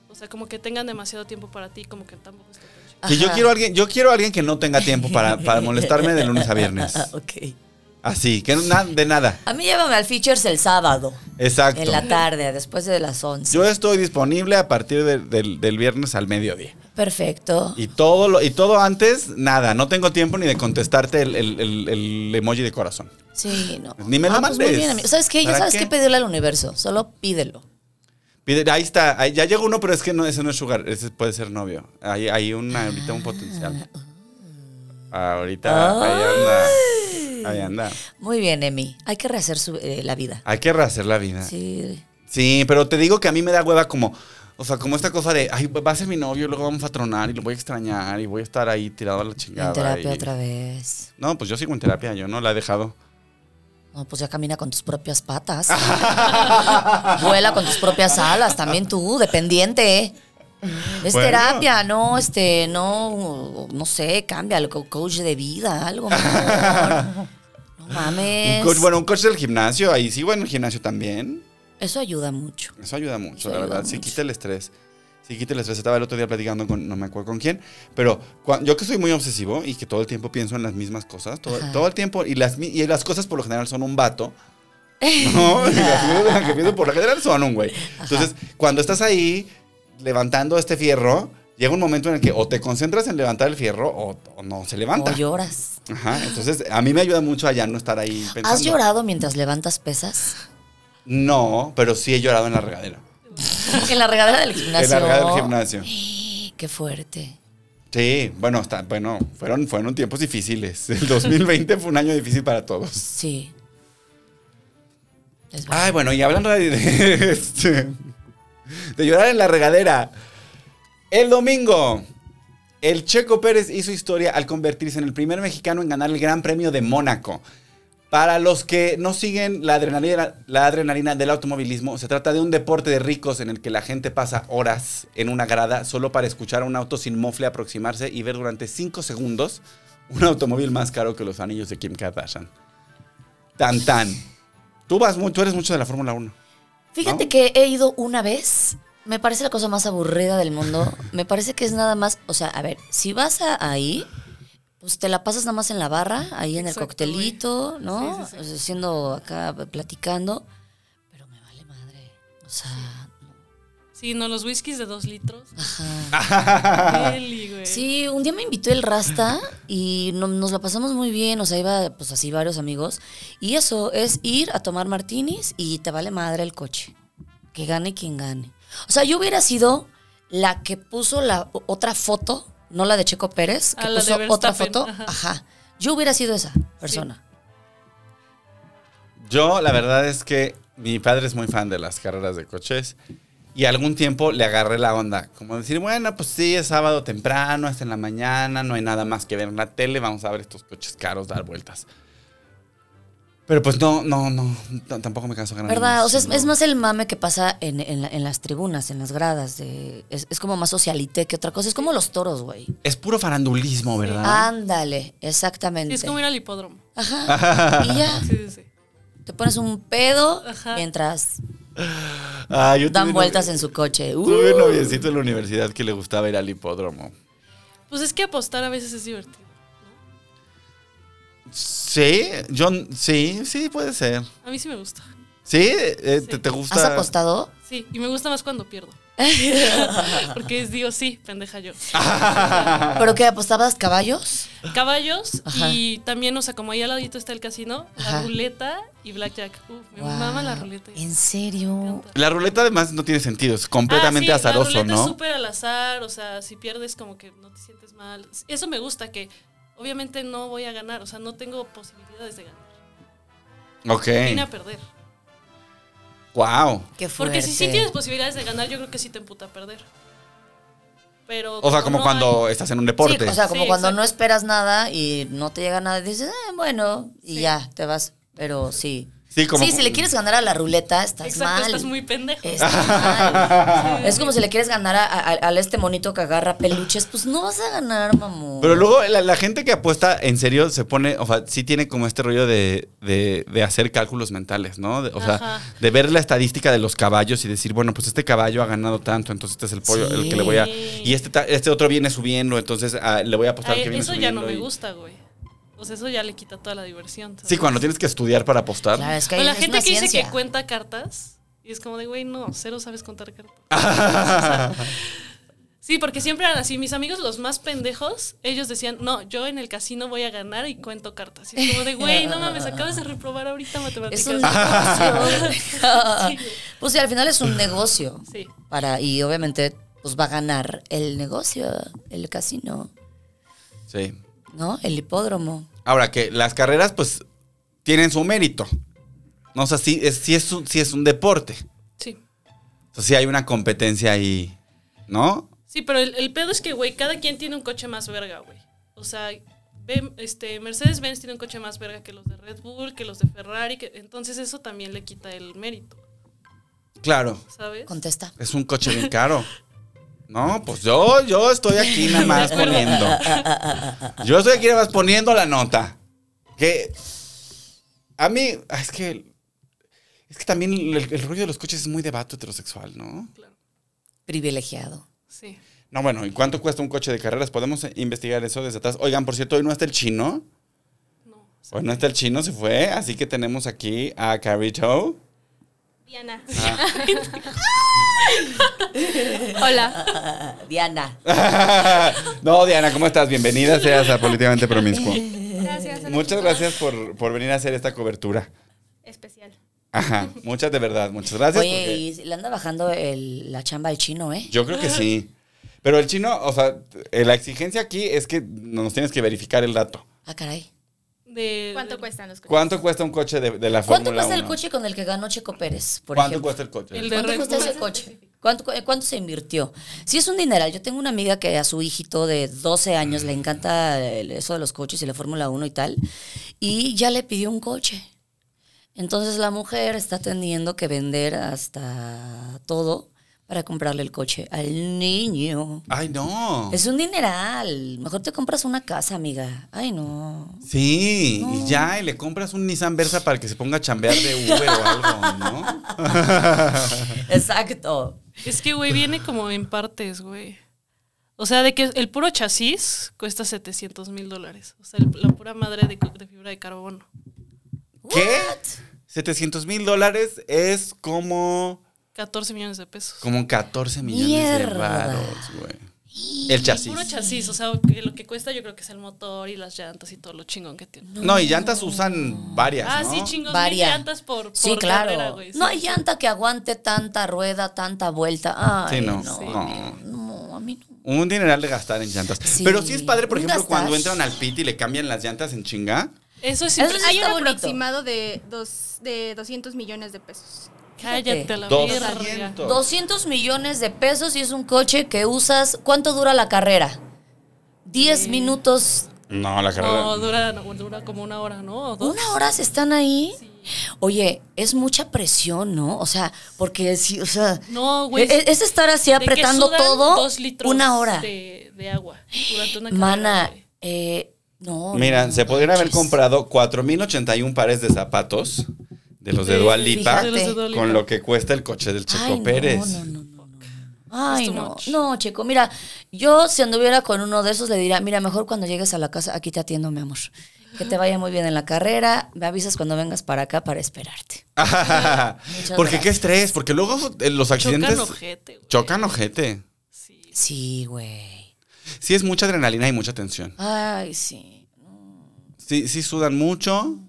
O sea, como que tengan demasiado tiempo para ti, como que tampoco está tan chido. Sí, yo Ajá. Ah, quiero a alguien, yo quiero a alguien que no tenga tiempo para, para molestarme de lunes a viernes. Ah, ok. Así, que no- na- de nada. A mí llévame al Features el sábado, Exacto. en la tarde, después de las 11. Yo estoy disponible a partir de- del, del viernes al mediodía. Perfecto. Y todo lo, y todo antes, nada. No tengo tiempo ni de contestarte el, el- el- el emoji de corazón. Sí, no. Ni me lo pues muy mandes. bien, amigo. ¿Sabes qué? Ya ¿Para sabes qué? qué? pedirle al universo. Solo pídelo. Pide- ahí está, ahí- ya llegó uno, pero es que no, ese no es sugar, ese puede ser novio. Hay, hay una, ahorita un potencial. Ahorita, ahí anda. Ahí anda. Muy bien, Emi. Hay que rehacer su- eh, la vida. Hay que rehacer la vida. Sí. Sí, pero te digo que a mí me da hueva como, o sea, como esta cosa de, ay, va a ser mi novio, luego vamos a tronar y lo voy a extrañar y voy a estar ahí tirado a la chingada. En terapia y- otra vez. No, pues yo sigo en terapia, yo no la he dejado. No, pues ya camina con tus [LAUGHS] propias patas. Vuela con tus propias alas, también tú, dependiente. ¿eh? Es Bueno. terapia, no, este, no, no sé, cámbialo, co- coach de vida, algo. mejor. No Un mames. coach- bueno, un coach del gimnasio, ahí sigo en el gimnasio también. Eso ayuda mucho. Eso ayuda mucho, Eso la ayuda verdad. Sí, mucho. quita el estrés. Sí, quita el estrés. Estaba el otro día platicando con, no me acuerdo con quién, pero cua- yo que soy muy obsesivo y que todo el tiempo pienso en las mismas cosas, todo, Ajá. todo el tiempo, y las, mi- y las cosas por lo general son un [LAUGHS] vato. ¿no? [LAUGHS] Y las cosas en las que pienso por lo general son un güey. Entonces, cuando estás ahí levantando este fierro, llega un momento en el que o te concentras en levantar el fierro o, o no se O levanta. lloras. Ajá, entonces a mí me ayuda mucho a ya no estar ahí pensando. ¿Has llorado mientras levantas pesas? [LAUGHS] No, pero sí he llorado en la regadera. En la regadera del gimnasio. En la regadera del gimnasio. Qué fuerte. Sí, bueno, está, bueno, fueron, fueron tiempos difíciles. El 2020 fue un año difícil para todos. Sí. Es verdad. Ay, bueno, y hablando de, de- este, de llorar en la regadera. El domingo, el Checo Pérez hizo historia al convertirse en el primer mexicano en ganar el Gran Premio de Mónaco. Para los que no siguen la adrenalina, la adrenalina del automovilismo, se trata de un deporte de ricos en el que la gente pasa horas en una grada solo para escuchar a un auto sin mofle aproximarse y ver durante 5 segundos un automóvil más caro que los anillos de Kim Kardashian. Tan tan. Tú vas mucho, eres mucho de la Fórmula 1. Fíjate ¿no? que he ido una vez. Me parece la cosa más aburrida [LAUGHS] del mundo. Me parece que es nada más. O sea, a ver, si vas a ahí, pues te la pasas nada más en la barra, ahí en el Exacto, coctelito, güey. ¿no? Sí, sí, sí. O sea, Siendo acá platicando. Pero me vale madre. O sea, Sí, no, los whiskies de dos litros. ajá. Eli, güey. Sí, un día me invitó el Rasta y no- nos la pasamos muy bien, o sea, iba pues así varios amigos. Y eso es ir a tomar martinis y te vale madre el coche. Que gane quien gane. O sea, yo hubiera sido la que puso la o- otra foto, no la de Checo Pérez, Ah, que la de puso otra Verstappen, foto. ajá. Ajá. Yo hubiera sido esa persona. Yo, la verdad es que mi padre es muy fan de las carreras de coches y algún tiempo le agarré la onda. Como decir, bueno, pues sí, es sábado temprano, es en la mañana, no hay nada más que ver en la tele, vamos a ver estos coches caros dar vueltas. Pero pues no, no, no, t- tampoco me canso ganando. ¿Verdad? O sea, es, No. es más el mame que pasa en, en la- en las tribunas, en las gradas. de- es, es como más socialité que otra cosa. Es como los toros, güey. Es puro farandulismo, Ah, ¿verdad? Ándale, Sí, exactamente. es como ir al hipódromo. Ajá. Y ya. Sí, sí, sí. Te pones un pedo Ajá. mientras Ah, yo dan tuve vueltas novio- en su coche. Tuve un Uh. noviecito en la universidad que le gustaba ir al hipódromo. Pues es que apostar a veces es divertido. Sí, yo, sí, sí, puede ser. A mí sí me gusta. Sí, eh, Sí. Te, te gusta. ¿Has apostado? Sí, y me gusta más cuando [LAUGHS] pierdo. Porque es, digo, sí, pendeja yo. Ah. ¿Pero qué? ¿Apostabas caballos? Caballos Ajá. y también, o sea, como ahí al ladito está el casino, Ajá. la ruleta y blackjack. Uf, me Guau. mama la ruleta. ¿En serio? [LAUGHS] La ruleta además no tiene sentido, es completamente Ah, sí, La azaroso, ruleta es ¿no? súper al azar, o sea, si pierdes como que no te sientes mal. Eso me gusta, que obviamente no voy a ganar, o sea, no tengo posibilidades de ganar. Ok. Vine a perder. Wow. Qué fuerte. Porque si sí tienes posibilidades de ganar, yo creo que sí te emputa perder. Pero O sea, como no cuando hay- estás en un deporte. Sí, o sea, como Sí, cuando exacto. no esperas nada y no te llega nada, dices, "Ah, bueno, y ya, te vas. Pero sí. Sí, como- si le quieres ganar a la ruleta, estás Exacto, mal. estás muy pendejo. [LAUGHS] Estás [LAUGHS] mal. Es como si le quieres ganar a, a- a este monito que agarra peluches, pues no vas a ganar, mamón. Pero luego la, la gente que apuesta en serio se pone, o sea, sí tiene como este rollo de, de- de hacer cálculos mentales, ¿no? De- o sea, Ajá. de ver la estadística de los caballos y decir, bueno, pues este caballo ha ganado tanto, entonces este es el pollo, el que le voy a... Sí. Y este, ta- este otro viene subiendo, entonces ah, le voy a apostar Ay, al que viene eso ya no me subiendo y- gusta, güey. O sea, eso ya le quita toda la diversión. ¿sabes? Sí, cuando tienes que estudiar para apostar. Claro, es que O la es gente una que dice ciencia. que cuenta cartas y es como de, güey, no, cero sabes contar cartas. [LAUGHS] Sí, porque siempre eran así. Mis amigos, los más pendejos, ellos decían, no, yo en el casino voy a ganar y cuento cartas. Y es como de, güey, no mames, acabas de reprobar ahorita matemáticas. Es [LAUGHS] un negocio. pues sí, al final es un negocio. Sí. Para, y obviamente, pues va a ganar el negocio, el casino, sí. ¿no? El hipódromo. Ahora que las carreras, pues, tienen su mérito. No, o sea, sí es, sí es, un, sí es un deporte. Sí. O sea, sí hay una competencia ahí, ¿no? Sí, pero el, el pedo es que, güey, cada quien tiene un coche más verga, güey. O sea, Ben- este, Mercedes-Benz tiene un coche más verga que los de Red Bull, que los de Ferrari. que- entonces eso también le quita el mérito, Claro. ¿sabes? Contesta. Es un coche bien caro. No, pues yo, yo estoy aquí nada más De acuerdo. poniendo. Yo estoy aquí nada más poniendo la nota. Que a mí, ah, es que es que también el, el rollo de los coches es muy debate heterosexual, ¿no? Privilegiado. Sí. No, bueno, ¿y cuánto cuesta un coche de carreras? Podemos eh, investigar eso desde atrás. Oigan, por cierto, hoy no está el chino. No. o sea, Hoy Pues no está el chino, se fue. Así que tenemos aquí a Carito. Diana. Hola. Diana. [LAUGHS] no, Diana, ¿cómo estás? Bienvenida seas a Políticamente Promiscuo. [LAUGHS] Gracias. Ana Muchas Chica. gracias por, por venir a hacer esta cobertura. Especial. Ajá, muchas de verdad, muchas gracias. Oye, porque y le anda bajando el- la chamba al chino, ¿eh? Yo creo que sí. Pero el chino, o sea, eh, la exigencia aquí es que nos tienes que verificar el dato. Ah, caray. De, ¿Cuánto de- cuestan los coches? ¿Cuánto cuesta un coche de, de la ¿Cuánto Fórmula 1? cuesta el coche con el que ganó Checo Pérez, por ¿Cuánto ejemplo? cuesta el coche? El de ¿Cuánto Red cuesta Bull. ese coche? ¿Cuánto, cu- cuánto se invirtió? Sí, es un dineral. Yo tengo una amiga que a su hijito de 12 años le encanta el- eso de los coches y la Fórmula 1 y tal, y ya le pidió un coche. Entonces la mujer está teniendo que vender hasta todo para comprarle el coche al niño. Ay, no. Es un dineral. Mejor te compras una casa, amiga. Ay, no. Sí, y ya, y le compras un Nissan Versa para que se ponga a chambear de Uber o algo, ¿no? Exacto. Es que, güey, viene como en partes, güey. O sea, de que el puro chasis cuesta 700 mil dólares. O sea, el- la pura madre de, cu- de fibra de carbono. ¿Qué? What? 700 mil dólares es como, 14 millones de pesos. como 14 millones de Mierda. varos, güey. El chasis. Puro chasis, o sea, que lo que cuesta yo creo que es el motor y las llantas y todo lo chingón que tiene. No, y llantas usan varias, Ah, ¿no? sí, chingón, mil Varia. llantas por, por sí, claro. carrera, güey. sí. No hay llanta que aguante tanta rueda, tanta vuelta. Ay, Sí, no. no. Sí. amigo, no, a mí no. Un dineral de gastar en llantas. Sí. Pero sí es padre, por Un ejemplo, gastar. cuando entran al pit y le cambian las llantas en chinga. Eso sí, Eso pero- sí Hay está un bonito. aproximado de, dos, de 200 millones de pesos. Cállate a la verga. 200. 200 millones de pesos y es un coche que usas. ¿Cuánto dura la carrera? 10 minutos. No, la carrera. No, dura, no, dura como una hora, ¿no? O dos. ¿Una hora se están ahí? Oye, es mucha presión, ¿no? O sea, porque sí, o sea. No, güey. e- e- Es, estar así De que apretando sudan todo. dos litros una hora. De, de agua durante una carrera, Mana, güey. eh, no. Mira, no, se podrían haber manches. comprado 4.081 pares de zapatos de los de Sí, Dualipa fíjate. De los de Dua Lipa. con lo que cuesta el coche del Checo Ay, no, Pérez. No, no, no, no. Ay, It's too no, much. no, Checo, mira, yo si anduviera con uno de esos le diría, mira, mejor cuando llegues a la casa, aquí te atiendo, mi amor. Que te vaya muy bien en la carrera, me avisas cuando vengas para acá para esperarte. [LAUGHS] porque qué gracias. estrés, porque luego eh, los accidentes Chocan ojete, güey. chocan ojete. Sí. Sí, güey. Sí, es mucha adrenalina y mucha tensión. Ay, sí. Sí, sí sudan mucho.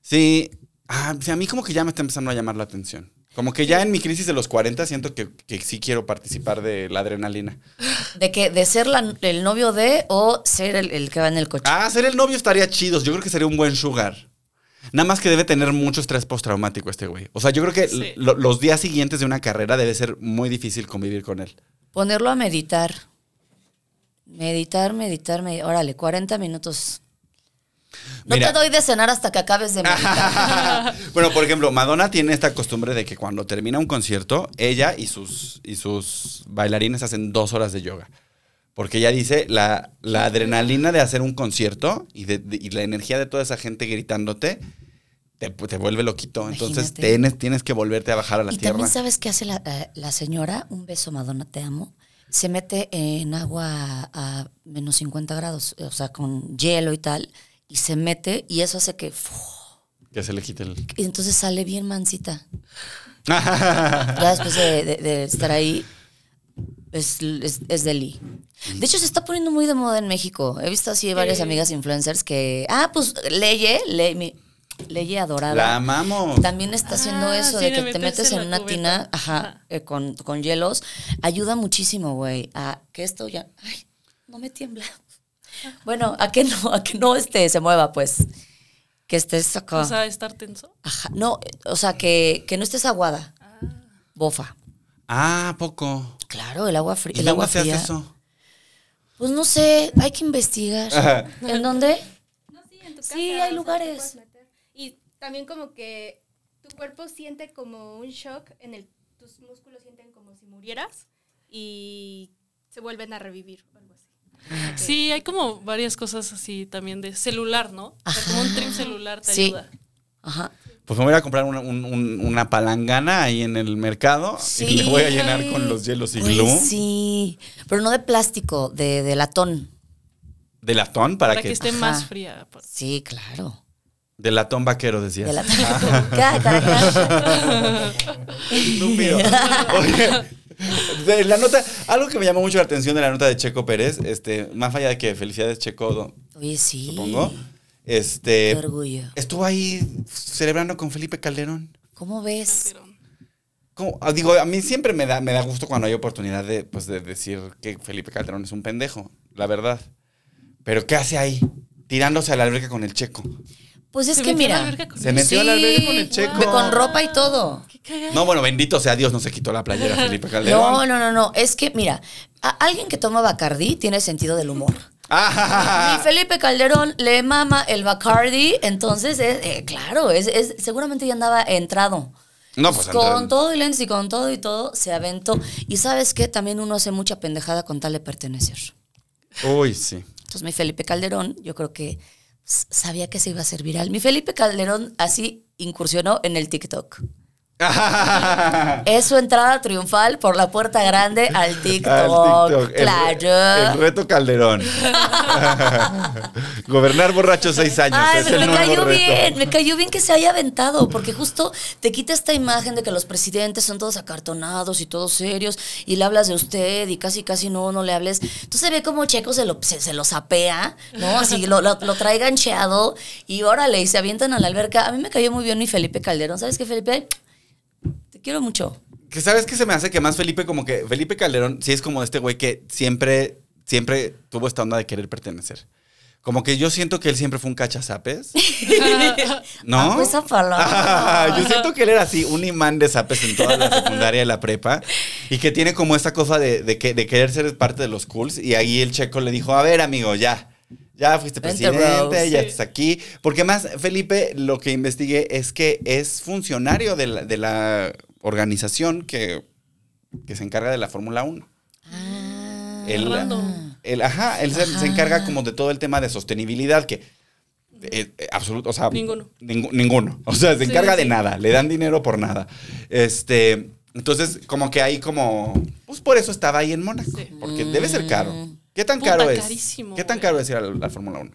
Sí. Ah, sí, a mí como que ya me está empezando a llamar la atención. Como que ya en mi crisis de los 40 siento que, que sí quiero participar de la adrenalina. ¿De que ¿De ser la- el novio de o ser el, el que va en el coche? Ah, ser el novio estaría chido. Yo creo que sería un buen sugar. Nada más que debe tener mucho estrés postraumático este güey. O sea, yo creo que Sí. lo- los días siguientes de una carrera debe ser muy difícil convivir con él. Ponerlo a meditar. Meditar, meditar, meditar. Órale, 40 minutos. No Mira. te doy de cenar hasta que acabes de meditar. [LAUGHS] bueno, por ejemplo, Madonna tiene esta costumbre de que cuando termina un concierto, ella y sus, y sus bailarines hacen dos horas de yoga. Porque ella dice, la, la adrenalina de hacer un concierto y, de- de- y la energía de toda esa gente gritándote, te, te vuelve loquito. Entonces Imagínate. tienes, tienes que volverte a bajar a la y tierra. también sabes qué hace la, eh, la señora, un beso Madonna, te amo, se mete en agua a, a menos 50 grados, o sea, con hielo y tal, y se mete y eso hace que... ¡fu! Que se le quite el... Y entonces sale [LAUGHS] bien mansita. Ya después de, de- de estar ahí, es, es, es deli. De hecho, se está poniendo muy de moda en México. He visto así varias amigas influencers que... Ah, pues Leye, Leye, mi- Leye adorada. la amamos. También está haciendo Ah, eso sí, de de que te meterse metes en en la una cubeta. tina ajá, Ajá. eh, con, con hielos. Ayuda muchísimo, güey. A que esto ya. Ay, no me tiembla. Bueno, a que no, a que no este, se mueva, pues. Que estés acá. O sea, estar tenso. Ajá, No, eh, o sea, que, que no estés aguada. Ah. Bofa. Ah, ¿a poco. Claro, el agua fría. ¿Y El agua dónde se fría. hace eso? Pues no sé, hay que investigar. Ajá. ¿En dónde? No, sí, en tu Sí, casa. hay o sea, te lugares. puedes meter. Y también como que tu cuerpo siente como un shock en el tus músculos sienten como si murieras y se vuelven a revivir o algo así. Sí, hay como varias cosas así también de celular, ¿no? O sea, como un trip celular te Sí. ayuda. Ajá. Pues me voy a ir a comprar una, un- un- una palangana ahí en el mercado y le voy a llenar con los hielos y Güey, glue Pues Sí, pero no de plástico, de, de latón. de latón para, Para que que, esté Ajá. más fría. por- Sí, claro. de latón vaquero decías. De la [LAUGHS] Cada- cada- cada- [LAUGHS] [LAUGHS] Estúpido. Oye, de la nota, algo que me llamó mucho la atención de la nota de Checo Pérez, este, más allá de que felicidades Checo, do- Oye, sí. supongo. eh. Este Qué orgullo. estuvo ahí celebrando con Felipe Calderón. ¿Cómo ves? [LAUGHS] [LAUGHS] Pero- ¿Cómo? Ah, Digo, a mí siempre me da, me da gusto cuando hay oportunidad de, pues, de decir que Felipe Calderón es un pendejo, la verdad. Pero ¿qué hace ahí? Tirándose a la alberca con el checo. Pues es Se que metió a la mira. alberca con- Se metió a la alberca con el checo. ve- Con ropa y todo. Qué cagado. No, bueno, bendito sea Dios, no se quitó la playera Felipe Calderón. [LAUGHS] No, no, no, no. Es que, mira, a- alguien que toma Bacardi tiene sentido del humor. [LAUGHS] Ah, Y Felipe Calderón le mama el Bacardi, entonces, es- eh, claro, es, es- seguramente ya andaba entrado. No, pues, con entonces- todo y lens y con todo y todo se aventó. Y sabes que también uno hace mucha pendejada con tal de pertenecer. Uy, sí. [LAUGHS] Entonces mi Felipe Calderón, yo creo que s- sabía que se iba a hacer viral. Mi Felipe Calderón así incursionó en el TikTok. Ah, Es su entrada triunfal por la puerta grande al [LAUGHS] TikTok. Al TikTok. Ah, El- El, Claro. reto Calderón. [LAUGHS] Gobernar borracho seis años. Ay, es pero el me nuevo cayó reto. bien, me cayó bien que se haya aventado, porque justo te quita esta imagen de que los presidentes son todos acartonados y todos serios, y le hablas de usted y casi, casi no, no le hables. Entonces se ve como Checo se lo, se, se lo sapea, ¿no? [LAUGHS] Así lo, lo, lo trae gancheado y órale, y se avientan a la alberca. A mí me cayó muy bien mi Felipe Calderón. ¿Sabes qué, Felipe? Te quiero mucho. Que sabes que se me hace que más Felipe, como que Felipe Calderón, sí es como este güey que siempre, siempre tuvo esta onda de querer pertenecer. Como que yo siento que él siempre fue un cachazapes. ¿No? Amo esa palabra. [LAUGHS] yo siento que él era así, un imán de zapes en toda la secundaria y la prepa. Y que tiene como esta cosa de, de que, de querer ser parte de los cools. Y ahí el checo le dijo: A ver, amigo, ya. Ya fuiste Vente, presidente, bro, sí. ya estás aquí. Porque más, Felipe, lo que investigué es que es funcionario de la, de la organización que, que se encarga de la Fórmula 1. Ah. El, Random. el- ajá, él se, se encarga como de todo el tema de sostenibilidad, que eh, eh, absoluto, o sea, Ninguno. ningú- ninguno. O sea, se Sí, encarga sí. de nada, le dan dinero por nada. Este, entonces, como que ahí como, pues por eso estaba ahí en Mónaco, Sí. porque debe ser Mm. caro. ¿Qué tan Puta, caro es? carísimo, ¿Qué tan güey. caro es ir a la, la Fórmula 1?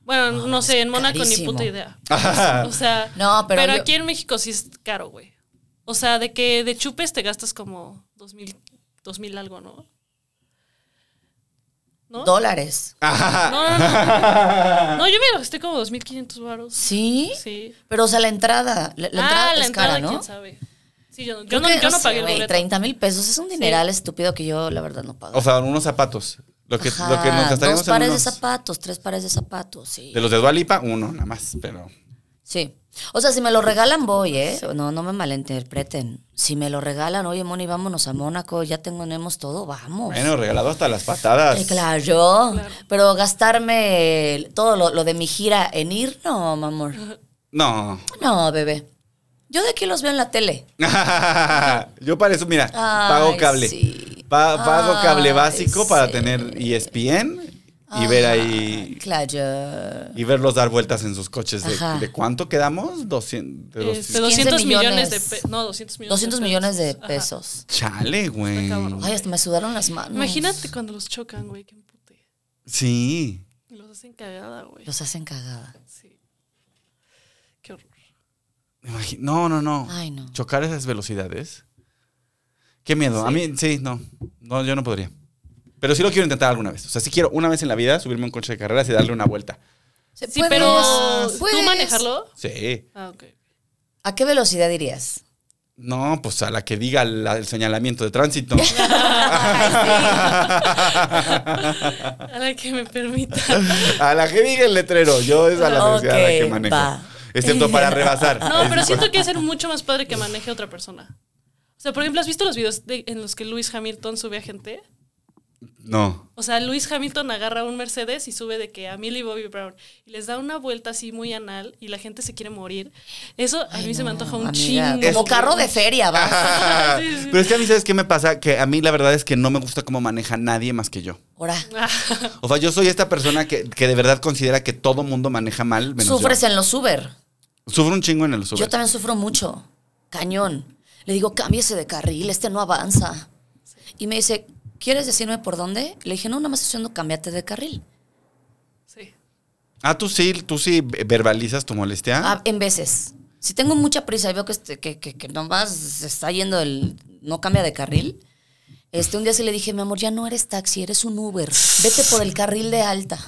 Bueno, no sé, en Mónaco ni carísimo. puta idea. Ajá. O sea, No, pero yo- aquí en México sí es caro, güey. O sea, de que de chupes te gastas como dos mil, dos mil algo, ¿no? ¿No? Dólares. Ajá. [LAUGHS] No, no, no. No, yo me gasté como 2.500 varos. ¿Sí? Sí. Ah, Pero, o sea, la entrada, la, la entrada es cara, ¿no? quién sabe. Sí, yo, no- yo no, yo no pagué el boleto. 30 mil pesos es un dineral estúpido que yo, la verdad, no [LAUGHS] pago. O sea, unos zapatos. Lo que, lo que nos Ajá, gastaríamos dos pares en de unos- zapatos, tres pares de zapatos, sí. de los de Dualipa, uno nada más, pero Sí. O sea, si me lo regalan, voy, ¿eh? No, no me malinterpreten. Si me lo regalan, oye, Moni, vámonos a Mónaco, ya tenemos todo, vamos. Bueno, regalado hasta las Eh, patadas. claro. Pero gastarme el- todo lo, lo de mi gira en ir, no, mi amor. No. No, bebé. Yo de aquí los veo en la tele. [LAUGHS] Yo para eso, mira, Ay, pago cable. sí. Pa- pago cable Ay, básico para sí. Ah. tener E ESPN y ver ahí Claro. y verlos dar vueltas en sus coches. ¿De, Ajá. de cuánto quedamos? 200. de Este, 200. 200 millones de millones. pesos. No, 200 millones. 200 millones de pesos. Chale, güey. cabrón. Ay, hasta me sudaron las manos. Imagínate cuando los chocan, güey, qué empute. Sí. Y Los hacen cagada, güey. Los hacen cagada. Sí. Qué horror. Imagi- No, no, no. Ay, no. Chocar a esas velocidades. Qué miedo. A mí, sí, no. No, yo no podría. Pero sí lo quiero intentar alguna vez. O sea, sí quiero una vez en la vida subirme a un coche de carreras y darle una vuelta. Se- Sí, ¿puedes? pero ¿tú ¿Puedes? manejarlo? Sí. Ah, ok. ¿A qué velocidad irías? No, pues a la que diga la- el señalamiento de [LAUGHS] tránsito. A la que me permita. [LAUGHS] a la que diga el letrero. Yo es a la velocidad a la que Ok, manejo. va. Excepto para rebasar. No, [LAUGHS] Es pero mi siento cosa. que es ser mucho más padre que maneje otra persona. O sea, por ejemplo, ¿has visto los videos de- en los que Lewis Hamilton sube a gente? [LAUGHS] No. O sea, Lewis Hamilton agarra un Mercedes y sube de que a Millie Bobby Brown y les da una vuelta así muy anal y la gente se quiere morir. Eso a mí Ay, se me no, antoja un amiga, chingo. Como carro de feria, va. Sí, sí. Pero es que a mí, ¿sabes qué me pasa? Que a mí la verdad es que no me gusta cómo maneja nadie más que yo. Ahora, O sea, yo soy esta persona que, que de verdad considera que todo mundo maneja mal. Menos sufres yo. en los Uber. Sufro un chingo en el Uber. Yo también sufro mucho. Cañón. Le digo, cámbiese de carril, este no avanza. Y me dice, ¿quieres decirme por dónde? Le dije, no, nada más estoy diciendo, cámbiate de carril. [LAUGHS] Sí. Ah, tú sí, tú sí verbalizas tu molestia. Ah, en veces. Si tengo mucha prisa y veo que, este- que, que- que nomás se está yendo el. no cambia de carril. Este, un día sí le dije, mi amor, ya no eres taxi, eres un Uber. Vete por el carril de alta.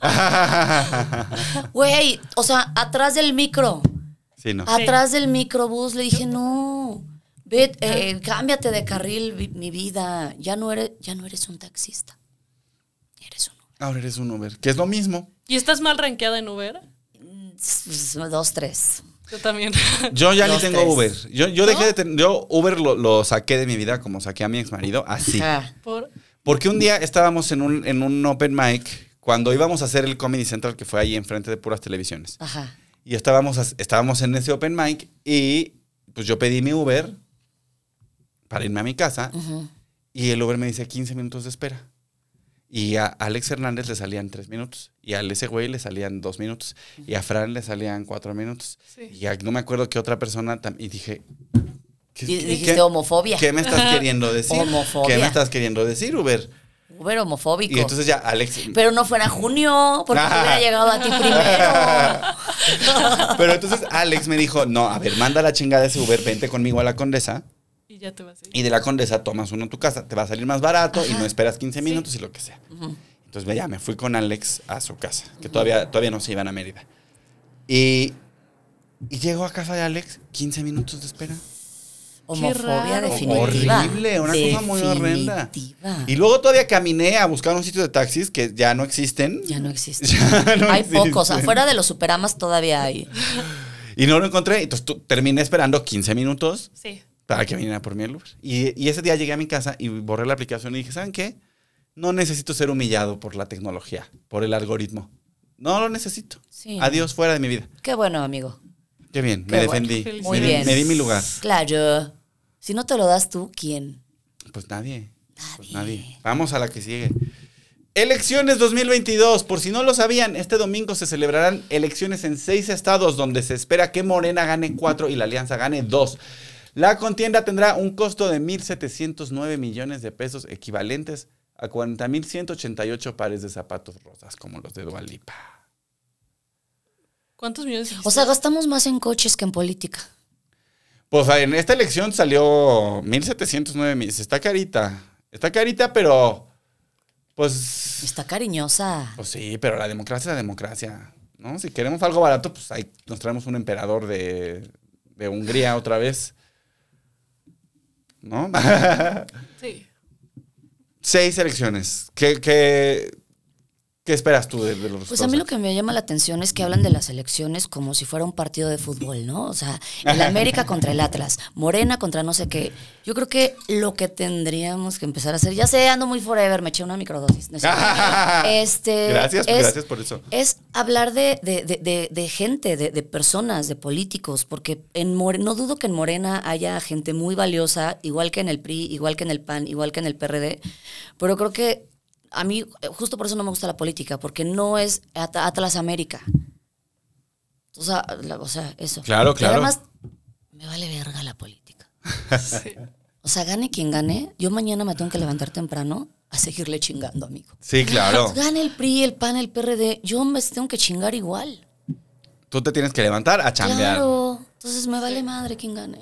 Ah. Güey, o sea, atrás del micro. [LAUGHS] sí, no. Atrás del microbús le dije, no, ve, eh, cámbiate de carril, vi- mi vida. Ya no eres, ya no eres un taxista. Eres un Ahora eres un Uber, que es lo mismo. ¿Y estás mal rankeada en Uber? Uber. Dos, tres. Yo también. [LAUGHS] Yo [LAUGHS] ya ni Los tengo tres. Uber. Yo, yo dejé de tener. Yo Uber lo, lo saqué de mi vida como saqué a mi ex marido, así. Ah, Por- Porque un día estábamos en un, en un open mic cuando íbamos a hacer el Comedy Central que fue ahí enfrente de puras televisiones. ajá. Y estábamos, as- estábamos en ese open mic y pues yo pedí mi Uber para irme a mi casa ujú. y el Uber me dice 15 minutos de espera. Y a Alex Hernández le salían 3 minutos y a ese güey le salían 2 minutos y a Fran le salían 4 minutos. Sí. Y a- no me acuerdo qué otra persona tam- y dije ¿qué, Y qué- dijiste qué- homofobia. qué me [LAUGHS] estás queriendo decir? Homofobia. ¿Qué me estás queriendo decir, Uber? Uber homofóbico. Y entonces Ah. ya Alex Pero no fuera junio, porque te hubiera llegado a ti primero. [LAUGHS] Pero entonces Alex me dijo, no, a ver, manda la chingada ese Uber, vente conmigo a la Condesa Y ya te vas a ir. y de la Condesa tomas uno en tu casa, te va a salir más barato y no esperas 15 minutos y lo que sea. Entonces me- ya me fui con Alex a su casa, que todavía, todavía no se iban a Mérida. Y, y llego a casa de Alex, 15 minutos de espera. Homofobia raro, definitiva. Horrible, una cosa muy horrenda. Definitiva. Y luego todavía caminé a buscar un sitio de taxis que ya no existen. Ya no [LAUGHS] existe. Ya no hay existen. pocos. Afuera de los superamas todavía hay. Y no lo encontré. Entonces tu- terminé esperando 15 minutos. Sí. para que viniera por mí el Uber. Y, y ese día llegué a mi casa y borré la aplicación y dije, ¿saben qué? No necesito ser humillado por la tecnología, por el algoritmo. No lo necesito. Sí. Adiós, fuera de mi vida. Qué bueno, amigo. Qué bien, Qué me bueno. defendí. Muy me, di- bien. me di mi lugar. Claro. Si no te lo das tú, ¿quién? Pues nadie. Pues nadie. Vamos a la que sigue. Elecciones 2022. Por si no lo sabían, este domingo se celebrarán elecciones en seis estados donde se espera que Morena gane cuatro y la Alianza gane dos. La contienda tendrá un costo de 1.709 millones de pesos equivalentes a 40.188 pares de zapatos rosas, como los de Dualipa. ¿Cuántos millones? O sea, gastamos más en coches que en política. Pues en esta elección salió 1.709 mil. Está carita. Está carita, pero... Pues Está cariñosa. Pues sí, pero la democracia es la democracia, ¿no? Si queremos algo barato, pues ahí nos traemos un emperador de, de Hungría otra vez, ¿no? [LAUGHS] sí. Seis elecciones. ¿Qué, qué, ¿Qué esperas tú de, de los Pues a mí lo que me llama la atención es que hablan de las elecciones como si fuera un partido de fútbol, ¿no? O sea, el América contra el Atlas, Morena contra no sé qué. Yo creo que lo que tendríamos que empezar a hacer, ya sé, ando muy forever, me eché una microdosis. ¿no es cierto? [LAUGHS] este, Gracias, gracias por eso. Es hablar de, de- de- de- de gente, de, de personas, de políticos, porque en More- no dudo que en Morena haya gente muy valiosa, igual que en el PRI, igual que en el PAN, igual que en el PRD, pero creo que a mí, eh, justo por eso no me gusta la política, porque no es At- Atlas América. O sea, la- o sea, eso. Claro, claro. Y además, me vale verga la política. O sea, gane quien gane, yo mañana me tengo que levantar temprano a seguirle chingando, amigo. Sí, [LAUGHS] claro. Gana el PRI, el PAN, el PRD. Yo me tengo que chingar igual. Tú te tienes que levantar a chambear. Claro. Entonces me vale madre quien gane.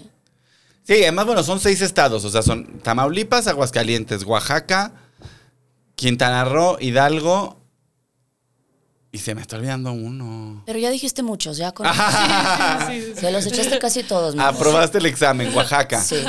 Sí, además, bueno, son seis estados. O sea, son Tamaulipas, Aguascalientes, Oaxaca, Quintana Roo, Hidalgo. Y se me está olvidando [LAUGHS] uno. Pero ya dijiste muchos, [LAUGHS] ya con. Ah. Sí, sí, sí. Se los echaste casi todos, mi amor. Aprobaste el [LAUGHS] examen, Oaxaca. Pues Sí.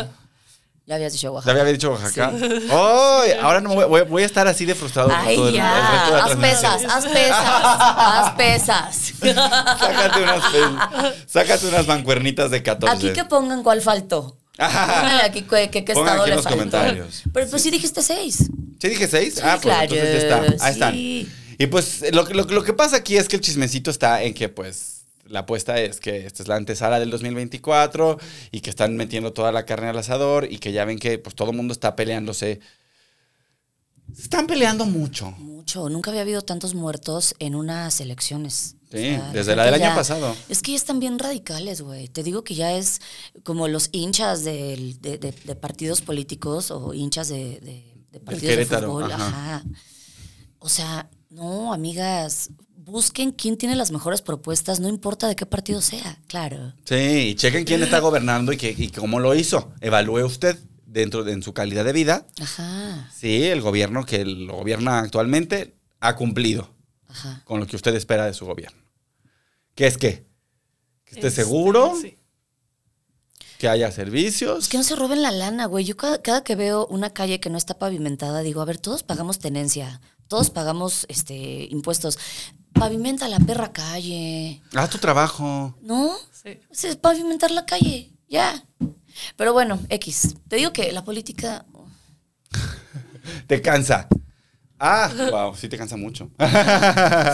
Ya habías dicho ¿Te Oaxaca. había dicho Oaxaca? ¡Ay! Ahora no me voy, voy- voy a estar así de frustrado. por Ay, todo el- el resto de la ya. Haz transmisión. pesas, haz pesas, haz pesas. [LAUGHS] Sácate unas, pel- sácate unas mancuernitas de 14. [LAUGHS] Aquí que pongan cuál faltó. Pónganle aquí que, que, que Pongan estado aquí en le los faltó. comentarios. Pero pues sí dijiste seis. ¿Sí dije seis? Sí, ah, pues claro, entonces ya está. Ahí están. sí. Y pues eh, lo, que- lo que- lo que pasa aquí es que el chismecito está en que pues la apuesta es que esta es la antesala del 2024 y que están metiendo toda la carne al asador y que ya ven que pues todo el mundo está peleándose. Se están peleando mucho. Mucho, nunca había habido tantos muertos en unas elecciones. Sí, desde la del gente año pasado. Es que ya están bien radicales, güey. Te digo que ya es como los hinchas del- de, de- de partidos políticos o hinchas de, de- de partidos de Querétaro, fútbol. ajá. ajá. O sea, no, amigas, busquen quién tiene las mejores propuestas, no importa de qué partido sea, claro. Sí, y chequen quién está gobernando y, que, y cómo lo hizo. Evalúe usted dentro de en su calidad de vida. Ajá, Sí, el gobierno que lo gobierna actualmente ha cumplido. ajá. con lo que usted espera de su gobierno. ¿Qué es qué? Que esté Este, seguro, sí. que haya servicios. Pues que no se roben la lana, güey. Yo cada, cada que veo una calle que no está pavimentada, digo, a ver, todos pagamos tenencia, todos pagamos este impuestos. Pavimenta la perra calle, Haz Ah, tu trabajo. ¿no? Sí. O sea, Es pavimentar la calle, ya. Pero bueno, X. Te digo que la política. Te cansa. [LAUGHS] Ah, wow, sí te cansa mucho. [LAUGHS]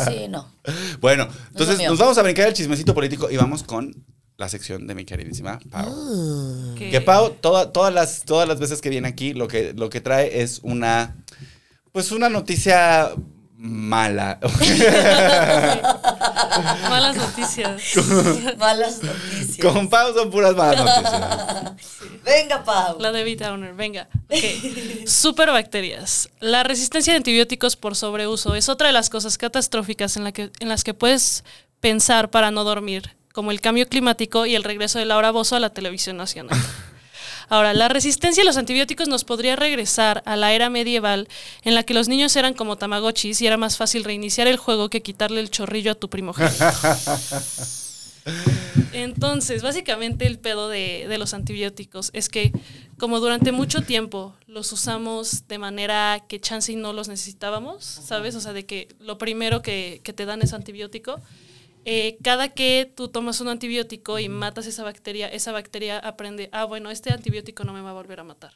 Sí, no. [LAUGHS] Bueno, entonces mío. nos vamos a brincar el chismecito político y vamos con la sección de mi queridísima Pau. Que Pau, toda- todas, las, todas las veces que viene aquí, lo que, lo que trae es una. Pues una noticia [LAUGHS] mala. Malas noticias. Malas noticias. con Pau son puras [LAUGHS] malas noticias. Venga, Pau. La de Vitauner, venga. Ok. Superbacterias. La resistencia de antibióticos por sobreuso es otra de las cosas catastróficas en, la que, en las que puedes pensar para no dormir, como el cambio climático y el regreso de Laura Bozo a la televisión nacional. Ahora, la resistencia a los antibióticos nos podría regresar a la era medieval en la que los niños eran como tamagotchis y era más fácil reiniciar el juego que quitarle el chorrillo a tu primogénito. Entonces, básicamente el pedo de, de los antibióticos es que como durante mucho tiempo los usamos de manera que chance y no los necesitábamos, ¿sabes? O sea, de que lo primero que, que te dan es antibiótico. Eh, cada que tú tomas un antibiótico y matas esa bacteria, esa bacteria aprende, ah, bueno, este antibiótico no me va a volver a matar.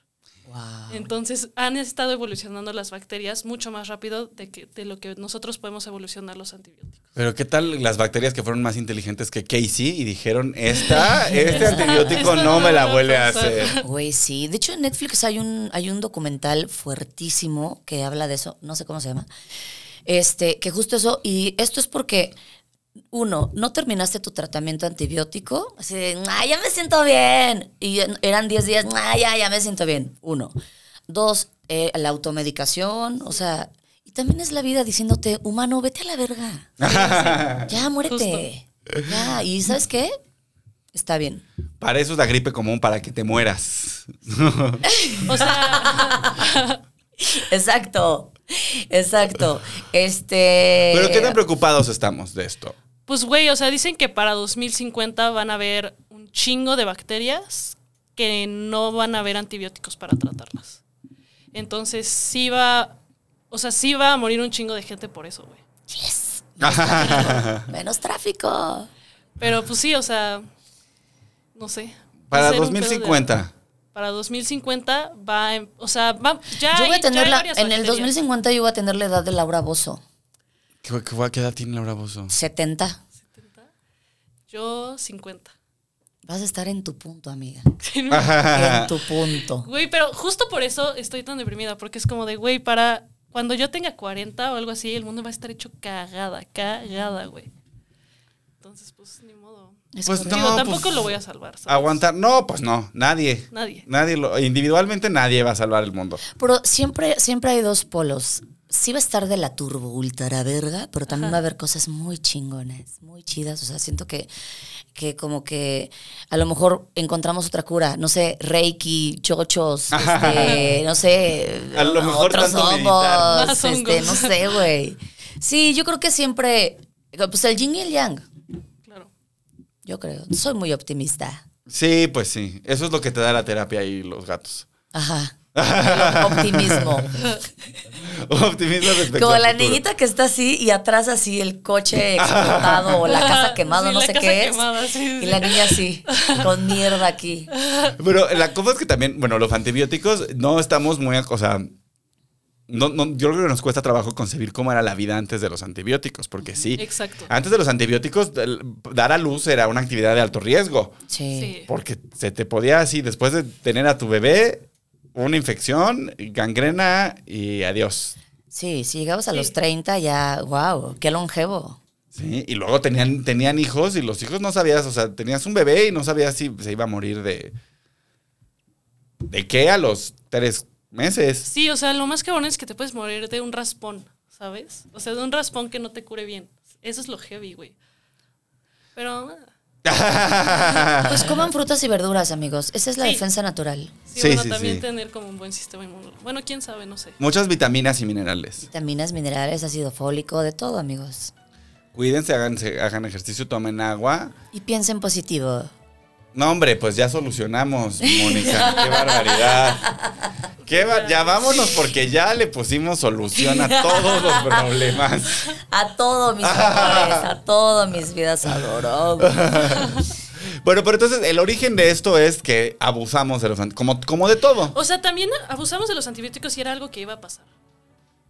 Entonces han estado evolucionando las bacterias mucho más rápido de, que, de lo que nosotros podemos evolucionar los antibióticos. Pero qué tal las bacterias que fueron más inteligentes que Casey y dijeron, [LAUGHS] esta, este antibiótico esta no no me me la va a vuelve a pasar". hacer. Güey, sí. De hecho, en Netflix hay un, hay un documental fuertísimo que habla de eso. No sé cómo se llama. Este, que justo eso. Y esto es porque, uno, no terminaste tu tratamiento antibiótico. Así de, "Ah, ya me siento bien. Y en- eran 10 días, "Ah, ya, ya me siento bien. Uno. Dos, eh, la automedicación. O sea, y también es la vida diciéndote, humano, vete a la verga. Ya, muérete. Ya. ¿Y sabes qué? Está bien. Para eso es la gripe común, para que te mueras. O sea, Exacto, exacto. Este. Pero qué tan preocupados estamos de [LAUGHS] esto. Pues, güey, o sea, dicen que para 2050 van a haber un chingo de bacterias que no van a haber antibióticos para tratarlas. Entonces, sí va. O sea, sí va a morir un chingo de gente por eso, güey. yes, menos tráfico, menos tráfico. Pero pues sí, o sea, no sé. Va a Para ser un pedo de- 2050. Para 2050 va, en- o sea, va, ya Yo voy hay- a tener ya hay la, varias en el bacterias. 2050 yo voy a tener la edad de Laura Bozo, ¿Qué, qué, qué edad tiene Laura Bozo? 70. Yo 50. Vas a estar en tu [LAUGHS] punto, amiga. Ajá. En tu punto. Güey, pero justo por eso estoy tan deprimida, porque es como de, güey, para cuando yo tenga 40 o algo así, el mundo va a estar hecho cagada, cagada, güey. Entonces, pues ni modo. Es Pues correcto. No, Digo, tampoco pues, lo voy a salvar. ¿sabes? Aguantar. No, pues no, nadie. Nadie. Nadie lo, individualmente nadie va a salvar el mundo. Pero siempre, siempre hay dos polos. Sí va a estar de la turbo ultra verga, pero también va a haber cosas muy chingones, muy chidas. O sea, siento que, que como que a lo mejor encontramos otra cura. No sé, Reiki, chochos, este, no sé, A lo mejor otros tanto meditar. hongos, Más este, hongos. no sé, güey. Sí, yo creo que siempre, pues el yin y el yang, Claro. yo creo. Soy muy optimista. Sí, pues sí. Eso es lo que te da la terapia y los gatos. Ajá. El [LAUGHS] optimismo. Un Optimismo respecto Como al la futuro. niñita que está así y atrás así el coche explotado o la casa quemada, Sí, no la sé casa qué quemada, es. sí, sí. Y la [LAUGHS] niña así, con mierda aquí. Pero la cosa es que también, bueno, los antibióticos no estamos muy, ac- o sea, no, no, yo creo que nos cuesta trabajo concebir cómo era la vida antes de los antibióticos, porque sí. Exacto. Antes de los antibióticos, el- dar a luz era una actividad de alto riesgo, Sí. Sí. porque se te podía así, después de tener a tu bebé, una infección, gangrena y adiós. Sí, si llegabas a los 30 ya, wow, qué longevo. Sí, y luego tenían, tenían hijos y los hijos no sabías, o sea, tenías un bebé y no sabías si se iba a morir de... ¿De qué? A los tres meses. Sí, o sea, lo más cabrón es que te puedes morir de un raspón, ¿sabes? O sea, de un raspón que no te cure bien. Eso es lo heavy, güey. Pero ah, Pues coman frutas y verduras, amigos. Esa es la Sí. defensa natural. sí, Sí, bueno, sí, también sí. tener como un buen sistema inmune. Bueno, quién sabe, no sé. [LAUGHS] Muchas vitaminas y minerales. Vitaminas, minerales, ácido fólico, de todo, amigos. Cuídense, hagan, hagan ejercicio, tomen agua. Y piensen positivo. No, hombre, pues ya solucionamos, Mónica. ¡Qué barbaridad! Qué ba- ya vámonos porque ya le pusimos solución a todos los problemas. A todo, mis amores, a todo, mis vidas adorables. Bueno, pero entonces el origen de esto es que abusamos de los... ant- Como, como de todo. O sea, también abusamos de los antibióticos y era algo que iba a pasar.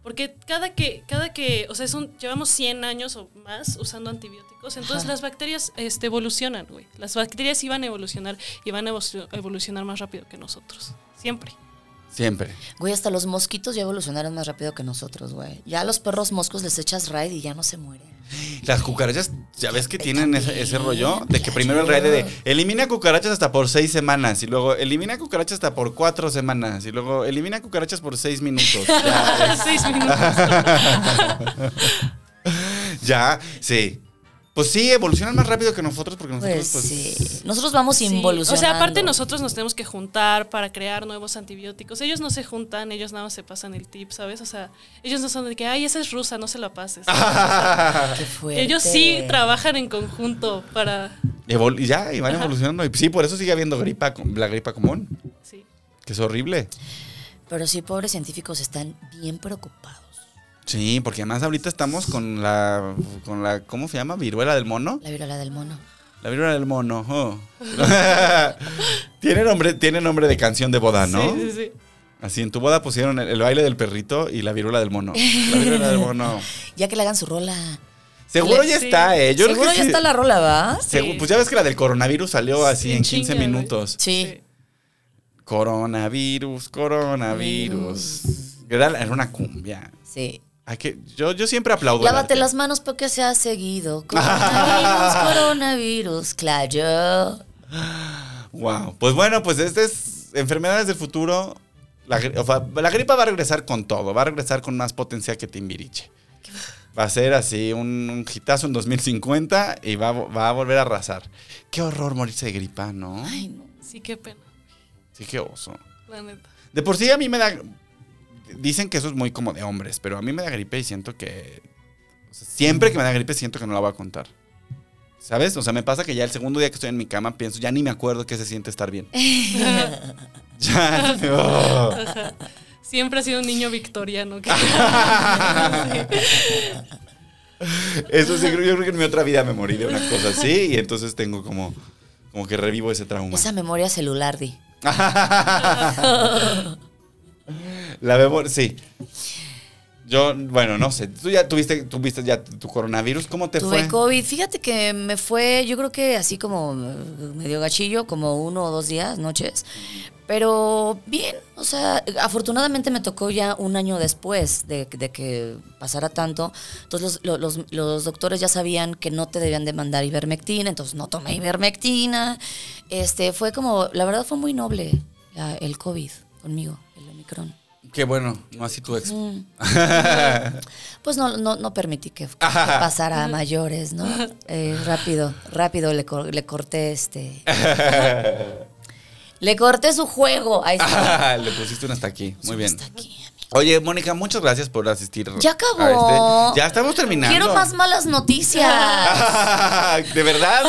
Porque cada que, cada que, o sea, es un- llevamos 100 años o más usando antibióticos, entonces Ajá. las bacterias este, evolucionan, güey. Las bacterias iban a evolucionar y van a evo- evolucionar más rápido que nosotros. [LAUGHS] Siempre. Siempre. Güey, hasta los mosquitos ya evolucionaron más rápido que nosotros, güey. Ya a los perros moscos les echas raid y ya no se mueren. Las cucarachas, ya ves que Yo tienen ese, también, ese rollo de que claro. primero el rey de elimina cucarachas hasta por seis semanas y luego elimina cucarachas hasta por cuatro semanas y luego elimina cucarachas por seis minutos. Ya, [LAUGHS] Seis minutos. ya, sí. Pues sí, evolucionan más rápido que nosotros porque nosotros Pues pues, sí. Nosotros vamos Sí, involucionando. O sea, aparte nosotros nos tenemos que juntar para crear nuevos antibióticos. Ellos no se juntan, ellos nada más se pasan el tip, ¿sabes? O sea, ellos no son de que, ay, esa es rusa, no se la pases. Qué Ah, fuerte. ellos sí trabajan en conjunto para... [LAUGHS] evol- y ya, y van evolucionando. Y sí, por eso sigue habiendo gripa, com- la gripa común, Sí. que es horrible. Pero sí, pobres científicos están bien preocupados. Sí, porque además ahorita estamos con la, con la, ¿cómo se llama? Viruela del mono. La viruela del mono. La viruela del mono. oh. [LAUGHS] tiene, nombre, tiene nombre de canción de boda, Ah, ¿no? Sí, sí, sí. Así en tu boda pusieron el, el baile del perrito y la viruela del mono. La viruela del mono. Ya que le hagan su rola. Seguro ya Sí. está, ¿eh? Yo creo Seguro que ya sí. está la rola, ¿va? Segu- Pues ya ves que la del coronavirus salió así Sí, en 15 chinga, güey. minutos. Sí. Coronavirus, coronavirus. Era, era una cumbia. Sí. Hay que, yo, yo siempre aplaudo. el Lávate arte. las manos porque se [LAUGHS] ha seguido. Coronavirus, coronavirus, claro. Wow. Pues bueno, pues este es Enfermedades del Futuro. La, gri- o sea, la gripa va a regresar con todo. Va a regresar con más potencia que Timbiriche. Va a ser así un, un hitazo en 2050 y va, a vo- va a volver a arrasar. Qué horror morirse de gripa, ¿no? Ay, no. Sí, qué pena, Sí, qué oso. la neta. De por sí a mí me da... Dicen que eso es muy como de hombres, pero a mí me da gripe y siento que... o sea, siempre que me da gripe siento que no la voy a contar. ¿Sabes? O sea, me pasa que ya el segundo día que estoy en mi cama pienso, ya ni me acuerdo qué se siente estar bien. ya. [LAUGHS] oh. Siempre ha sido un niño victoriano. que- Sí. Eso sí, creo- yo creo que en mi otra vida me morí de una cosa así y entonces tengo como, como que revivo ese trauma. Esa memoria celular, di. [LAUGHS] La memoria, sí. Yo, bueno, no sé. Tú ya tuviste, tuviste ya tu coronavirus. ¿Cómo te Tuve fue? COVID. Fíjate que me fue, yo creo que así como eh, medio gachillo, como uno o dos días, noches. Pero bien, o sea, afortunadamente me tocó ya un año después de, de que pasara tanto. Entonces los, los- los- los doctores ya sabían que no te debían de mandar ivermectina, entonces no tomé ivermectina. Este, fue como, la verdad fue muy noble la- el COVID conmigo, el Omicron. Qué bueno, no así tu ex. Mm. Pues no, no, no permití que, que pasara a mayores, ¿no? Eh, rápido, rápido le, cor- le [LAUGHS] corté este. le corté su juego. Ahí [LAUGHS] está. Le pusiste un hasta aquí. Muy bien. Está aquí, amigo. Oye, Mónica, muchas gracias por asistir. Ya a acabó. este- Ya estamos terminando. Quiero [LAUGHS] más malas noticias. de verdad.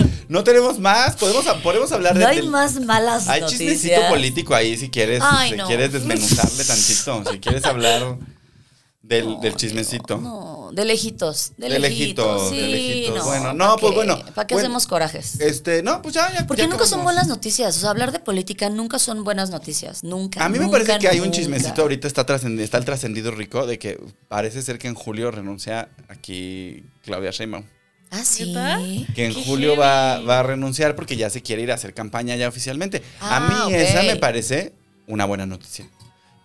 ¿Por qué? No tenemos más. Podemos, podemos hablar de. No hay del- más malas Hay noticias. chismecito político ahí si quieres, Ay, si no. quieres desmenuzarle tantito, si quieres hablar del, del chismecito. No, de lejitos. De, De lejitos, lejitos. Sí, de lejitos. No, Bueno, no, ¿pa' pues qué? bueno. ¿Para qué Bueno. hacemos corajes? Este, no, pues ya, ya. Porque ya nunca son acabamos. buenas noticias. O sea, hablar de política nunca son buenas noticias. Nunca. A mí me nunca, parece que hay un nunca. chismecito ahorita, está, trascendi- está el trascendido rico de que parece ser que en julio renuncia aquí Claudia Sheinbaum. Ah, sí. ¿Neta? Que en Qué julio va, heavy. va a renunciar porque ya se quiere ir a hacer campaña ya oficialmente. Ah, a mí esa ok. me parece una buena noticia.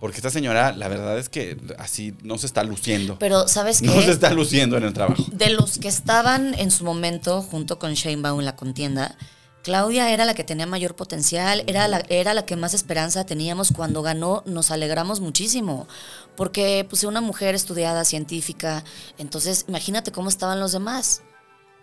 Porque esta señora, la verdad es que así no se está luciendo. Pero, ¿sabes qué? no se está luciendo en el trabajo. De los que estaban en su momento junto con Sheinbaum en la contienda, Claudia era la que tenía mayor potencial, era la, era la que más esperanza teníamos. Cuando ganó nos alegramos muchísimo, porque pues una mujer estudiada, científica, entonces imagínate cómo estaban los demás.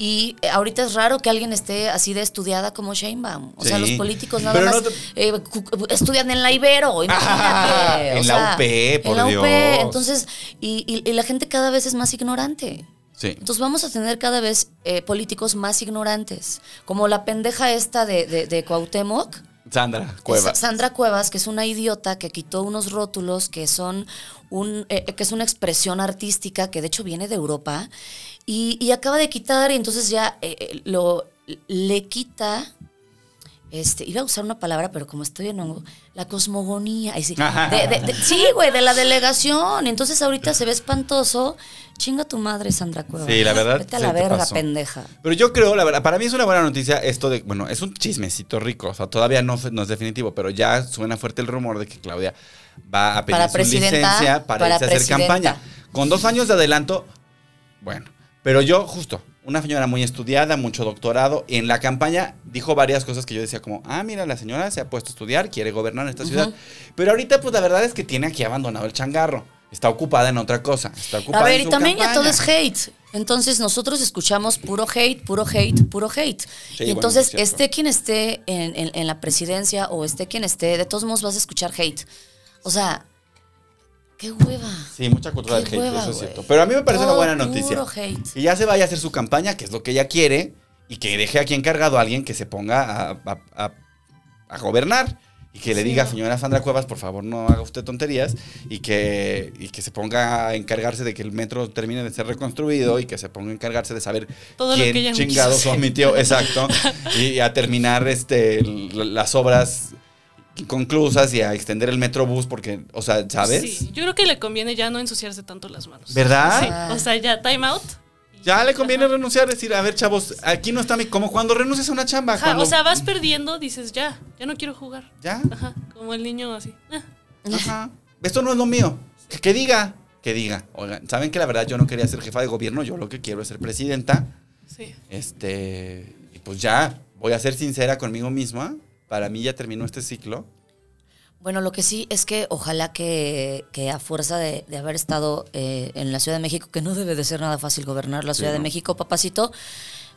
Y eh, ahorita es raro que alguien esté así de estudiada como Sheinbaum. O sea, Sí. los políticos nada Pero no más te- eh, cu- cu- estudian en la [LAUGHS] Ibero, imagínate. Ah, o en la sea, UP, por en la UP. Dios. Entonces, y- y- y la gente cada vez es más ignorante. Sí. Entonces vamos a tener cada vez eh, políticos más ignorantes, como la pendeja esta de, de, de Cuauhtémoc. Sandra Sa- Cuevas. Sandra Cuevas, que es una idiota que quitó unos rótulos que son un, eh, que es una expresión artística que de hecho viene de Europa y, y acaba de quitar y entonces ya eh, eh, lo le quita este, iba a usar una palabra, pero como estoy en hongo, la cosmogonía. [LAUGHS] ay, sí, De- de- de- sí, güey, de la delegación. Entonces ahorita se ve espantoso. Chinga tu madre, Sandra Cuevas. Sí, la verdad, Vete a sí la te verga, pasó. pendeja. Pero yo creo, la verdad, para mí es una buena noticia esto de, bueno, es un chismecito rico, o sea, todavía no, fue- no es definitivo, pero ya suena fuerte el rumor de que Claudia va a pedir Para su presidenta, licencia para, para irse a hacer presidenta. campaña. Con dos años de adelanto, bueno, pero yo justo, una señora muy estudiada, mucho doctorado, en la campaña dijo varias cosas que yo decía como, ah, mira, la señora se ha puesto a estudiar, quiere gobernar esta ciudad, pero ahorita pues la verdad es que tiene aquí abandonado el changarro, está ocupada en otra cosa, está ocupada A ver, en y su también ya todo campaña. es hate. Entonces nosotros escuchamos puro hate, puro hate, puro hate. Sí, y bueno, entonces es cierto. esté quien esté en, en- en la presidencia o esté quien esté, de todos modos vas a escuchar hate. O sea, qué hueva. Sí, mucha cultura del Qué hate, hueva, eso es güey. cierto. Pero a mí me parece Todo una buena puro noticia. hate. Que ya se vaya a hacer su campaña, que es lo que ella quiere, y que deje aquí encargado a alguien que se ponga a, a- a- a gobernar. Y que le diga, señora Sandra Cuevas, por favor no haga usted tonterías. Y que, y que se ponga a encargarse de que el metro termine de ser reconstruido. Y que se ponga a encargarse de saber Todo lo quién que ella no quiso chingados hacer. [LAUGHS] omitió. Exacto. Y a terminar este, l- las obras conclusas y a extender el metrobús. Porque, o sea, [LAUGHS] ¿sabes? Sí, yo creo que le conviene ya no ensuciarse tanto las manos. ¿Verdad? Sí, o sea, ya time out. Ya le conviene renunciar, decir, a ver, chavos, aquí no está mi. Como cuando renuncias a una chamba. Ajá, cuando- o sea, vas perdiendo, dices ya, ya no quiero jugar. Ya. Ajá, como el niño así. ah. Ajá. Esto no es lo mío. Que, que diga, que diga. Oigan, saben que la verdad yo no quería ser jefa de gobierno, yo lo que quiero es ser presidenta. Sí. Este. Y pues ya, voy a ser sincera conmigo misma. Para mí ya terminó este ciclo. Bueno, lo que sí es que ojalá que, que a fuerza de, de haber estado eh, en la Ciudad de México, que no debe de ser nada fácil gobernar la Ciudad de no. México, papacito.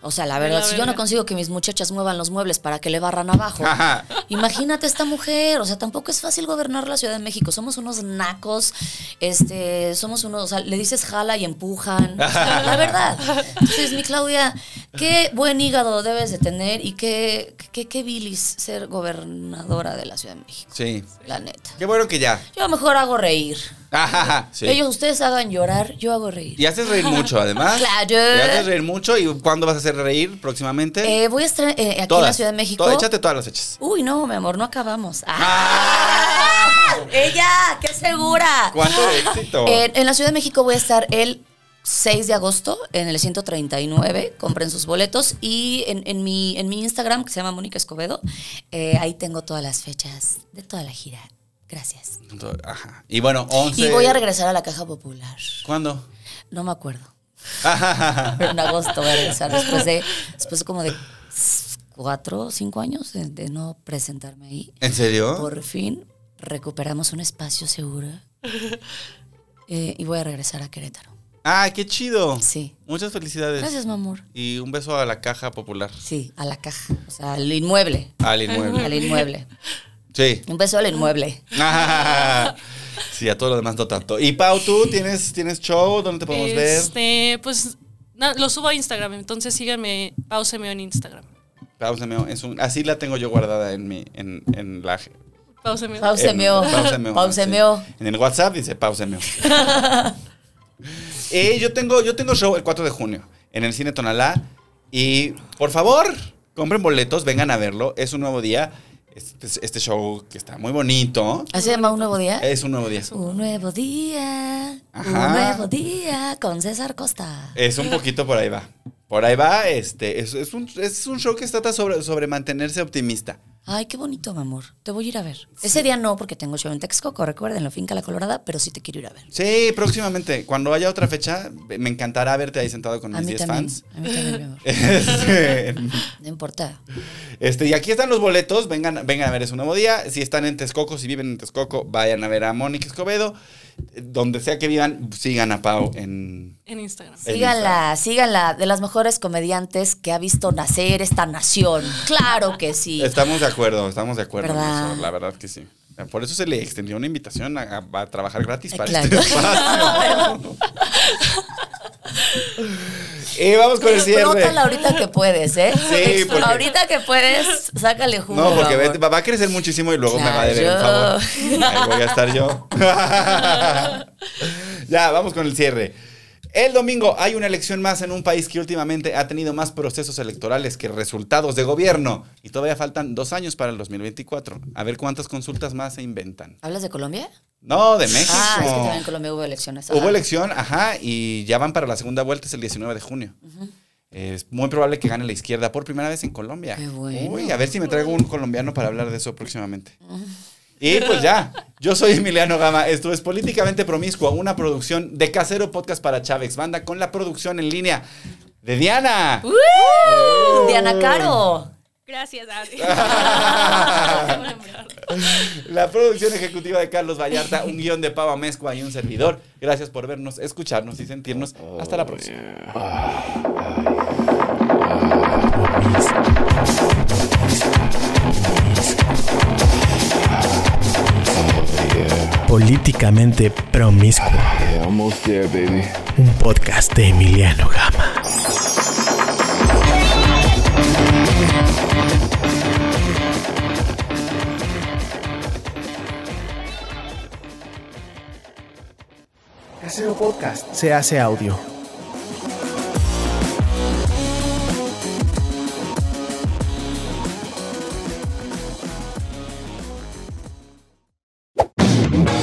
O sea, la verdad, La si yo no verga. consigo que mis muchachas muevan los muebles para que le [LAUGHS] barran abajo, Ajá. imagínate esta mujer. O sea, tampoco es fácil gobernar la Ciudad de México. Somos unos nacos, este, somos unos, o sea, le dices jala y empujan. O sea, la verdad. Entonces, mi Claudia, qué buen hígado debes de tener y qué, qué, qué bilis ser gobernadora de la Ciudad de México. Sí. La neta. Qué bueno que ya. [LAUGHS] Yo mejor hago reír. Ajá, sí. Ellos, ustedes hagan llorar, yo hago reír. Y haces reír mucho, además. Claro. Y haces reír mucho. ¿Y cuándo vas a hacer reír próximamente? Eh, voy a estar eh, aquí en la Ciudad de México. Todas, échate todas las hechas. Uy, no, mi amor, no acabamos. ¡Ah! ¡Ah! [LAUGHS] ¡Ella! ¡Qué segura! ¿Cuánto [LAUGHS] éxito? En, en la Ciudad de México voy a estar el 6 de agosto en el 139. Compren sus boletos. Y en, en mi, en mi Instagram, que se llama Mónica Escobedo, eh, ahí tengo todas las fechas de toda la gira. Gracias. Ajá. Y bueno, 11. Y voy a regresar a la Caja Popular. ¿Cuándo? [LAUGHS] No me acuerdo. en agosto voy a regresar después de, después de como de cuatro o cinco años de, de no presentarme ahí. ¿En serio? Por fin recuperamos un espacio seguro Eh, y voy a regresar a Querétaro. Ah, qué chido. Sí. Muchas felicidades. Gracias, mi amor. Y un beso a la caja popular. Sí, a la caja, o sea, al inmueble. Al inmueble. Al inmueble. Sí. [LAUGHS] Un beso al inmueble. sí, a todo lo demás no tanto. Y Pau, ¿tú tienes, tienes show? ¿Dónde te podemos ver? Este, pues na- lo subo a Instagram, entonces síganme, pausemeo en Instagram. Pau se me- es un- así la tengo yo guardada en mi, en, en la Pausemeo. Pause. Pausemeo. en- Pausemeo. Pausemeo. Eh, sí. En el WhatsApp dice [LAUGHS] pausemeo. Eh, yo, tengo, yo tengo show el 4 de junio en el Cine Tonalá. Y por favor, compren boletos, vengan a verlo. Es un nuevo día. Este, este show que está muy bonito. ¿Así se llama un nuevo día? Es un nuevo día. Un nuevo día. Ajá. Un nuevo día con César Costa. Es un poquito por ahí va. Por ahí va, este, es, es un, es un show que se trata sobre, sobre mantenerse optimista. Ay, qué bonito, mi amor. Te voy a ir a ver. Ese día no, porque tengo show en Texcoco, recuerden, la finca La Colorada, pero sí te quiero ir a ver. Sí, próximamente, cuando haya otra fecha, me encantará verte ahí sentado con a mis mí 10 también. fans. [LAUGHS] A mí también, mi amor. Este, No importa. este, y aquí están los boletos, vengan, vengan a ver, es un nuevo día. Si están en Texcoco, si viven en Texcoco, vayan a ver a Mónica Escobedo. Eh, Donde sea que vivan, sigan a Pau en... En Instagram. en Síganla, síganla, de las mejores comediantes que ha visto nacer esta nación. Claro que sí. Estamos de acuerdo, estamos de acuerdo. en ¿Verdad? eso, la verdad que sí. Por eso se le extendió una invitación a, a- a trabajar gratis Eh, para claro. este [LAUGHS] espacio. Eh, vamos con el cierre. Explótala ahorita que puedes, ¿eh? Sí, porque- Ahorita que puedes, sácale jugo. No, porque amor. vete- va a crecer muchísimo y luego me va a deber un Claro. favor. [LAUGHS] Ahí voy a estar yo. ya, vamos con el cierre. El domingo hay una elección más en un país que últimamente ha tenido más procesos electorales que resultados de gobierno. Y todavía faltan dos años para el 2024. A ver cuántas consultas más se inventan. ¿Hablas de Colombia? No, de México. Ah, es que también en Colombia hubo elecciones. Hubo Ah. elección, ajá, y ya van para la segunda vuelta, es el 19 de junio. Es muy probable que gane la izquierda por primera vez en Colombia. Qué bueno. Uy, a ver si me traigo un colombiano para hablar de eso próximamente. Y pues ya, yo soy Emiliano Gama, esto es Políticamente Promiscua, una producción de Casero Podcast para Chávez Banda con la producción en línea de Diana. ¡Uh! Diana Caro. Gracias, [LAUGHS] [LAUGHS] Adri. La producción ejecutiva de Carlos Vallarta, un guión de Pava Mezcua y un servidor. Gracias por vernos, escucharnos y sentirnos. Hasta la próxima. Políticamente promiscuo. Yeah, almost there, baby. Un podcast de Emiliano Gama. Casero Podcast se hace audio.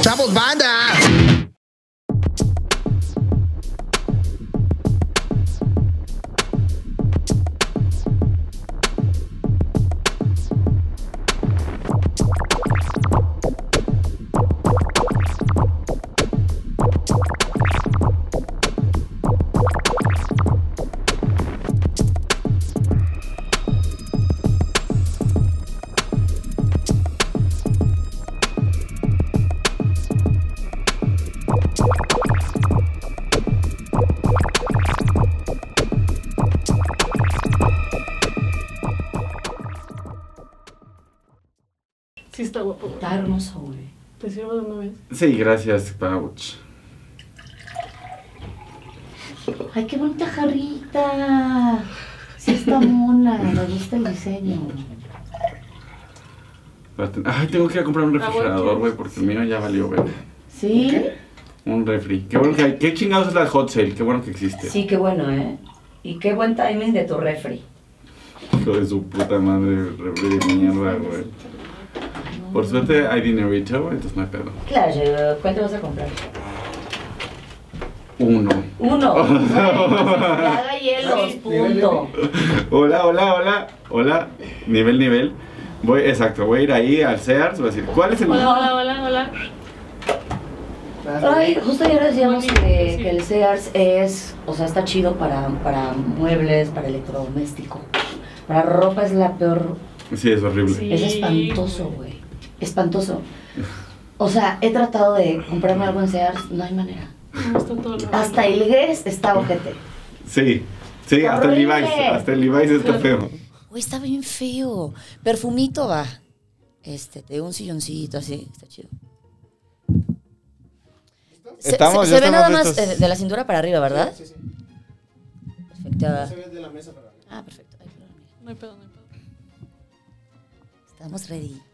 Chavos, banda. Sí está guapo, güey. Está hermoso, güey. Te sirvo de una vez. Sí, gracias, Pauch. Ay, qué bonita jarrita. Sí está mona, me gusta el diseño. Espérate. Ay, tengo que ir a comprar un refrigerador, güey, porque el mío ya valió, güey. ¿Sí? Un refri. Qué bueno que hay. Qué chingados es la hot sale. Qué bueno que existe. Sí, qué bueno, ¿eh? Y qué buen timing de tu refri. Hijo de su puta madre, el refri de mierda, güey. Por suerte hay dinerito, güey, entonces no hay pedo. Claro, ¿cuánto vas a comprar? Uno. [LAUGHS] [LAUGHS] Uno. Bueno, pues, Nada hielos, punto. Hola, hola, hola. Hola. Nivel, nivel. Voy, exacto, voy a ir ahí al Sears, voy a decir, ¿cuál es el Hola, hola, hola, hola. Ay, justo ayer decíamos que, que el Sears es, o sea, está chido para, para muebles, para electrodoméstico. Para ropa es la peor Sí, es horrible. Sí. Es espantoso, güey. Espantoso. O sea, he tratado de comprarme algo en Sears, no hay manera. No, está todo lo- Hasta el Gres está ojete. Sí, sí, hasta el Horrible. Levi's, hasta el Levi's está feo. Güey, está bien feo. Perfumito va. Este, te doy un silloncito así, está chido. Se, Estamos, se- ya se ve estamos nada más listos. eh, de la cintura para arriba, ¿verdad? Sí, sí. Perfecto. Se ve de la mesa para arriba. Ah, perfecto. Ay, perdón, mira. No hay pedo, no hay pedo. Estamos ready.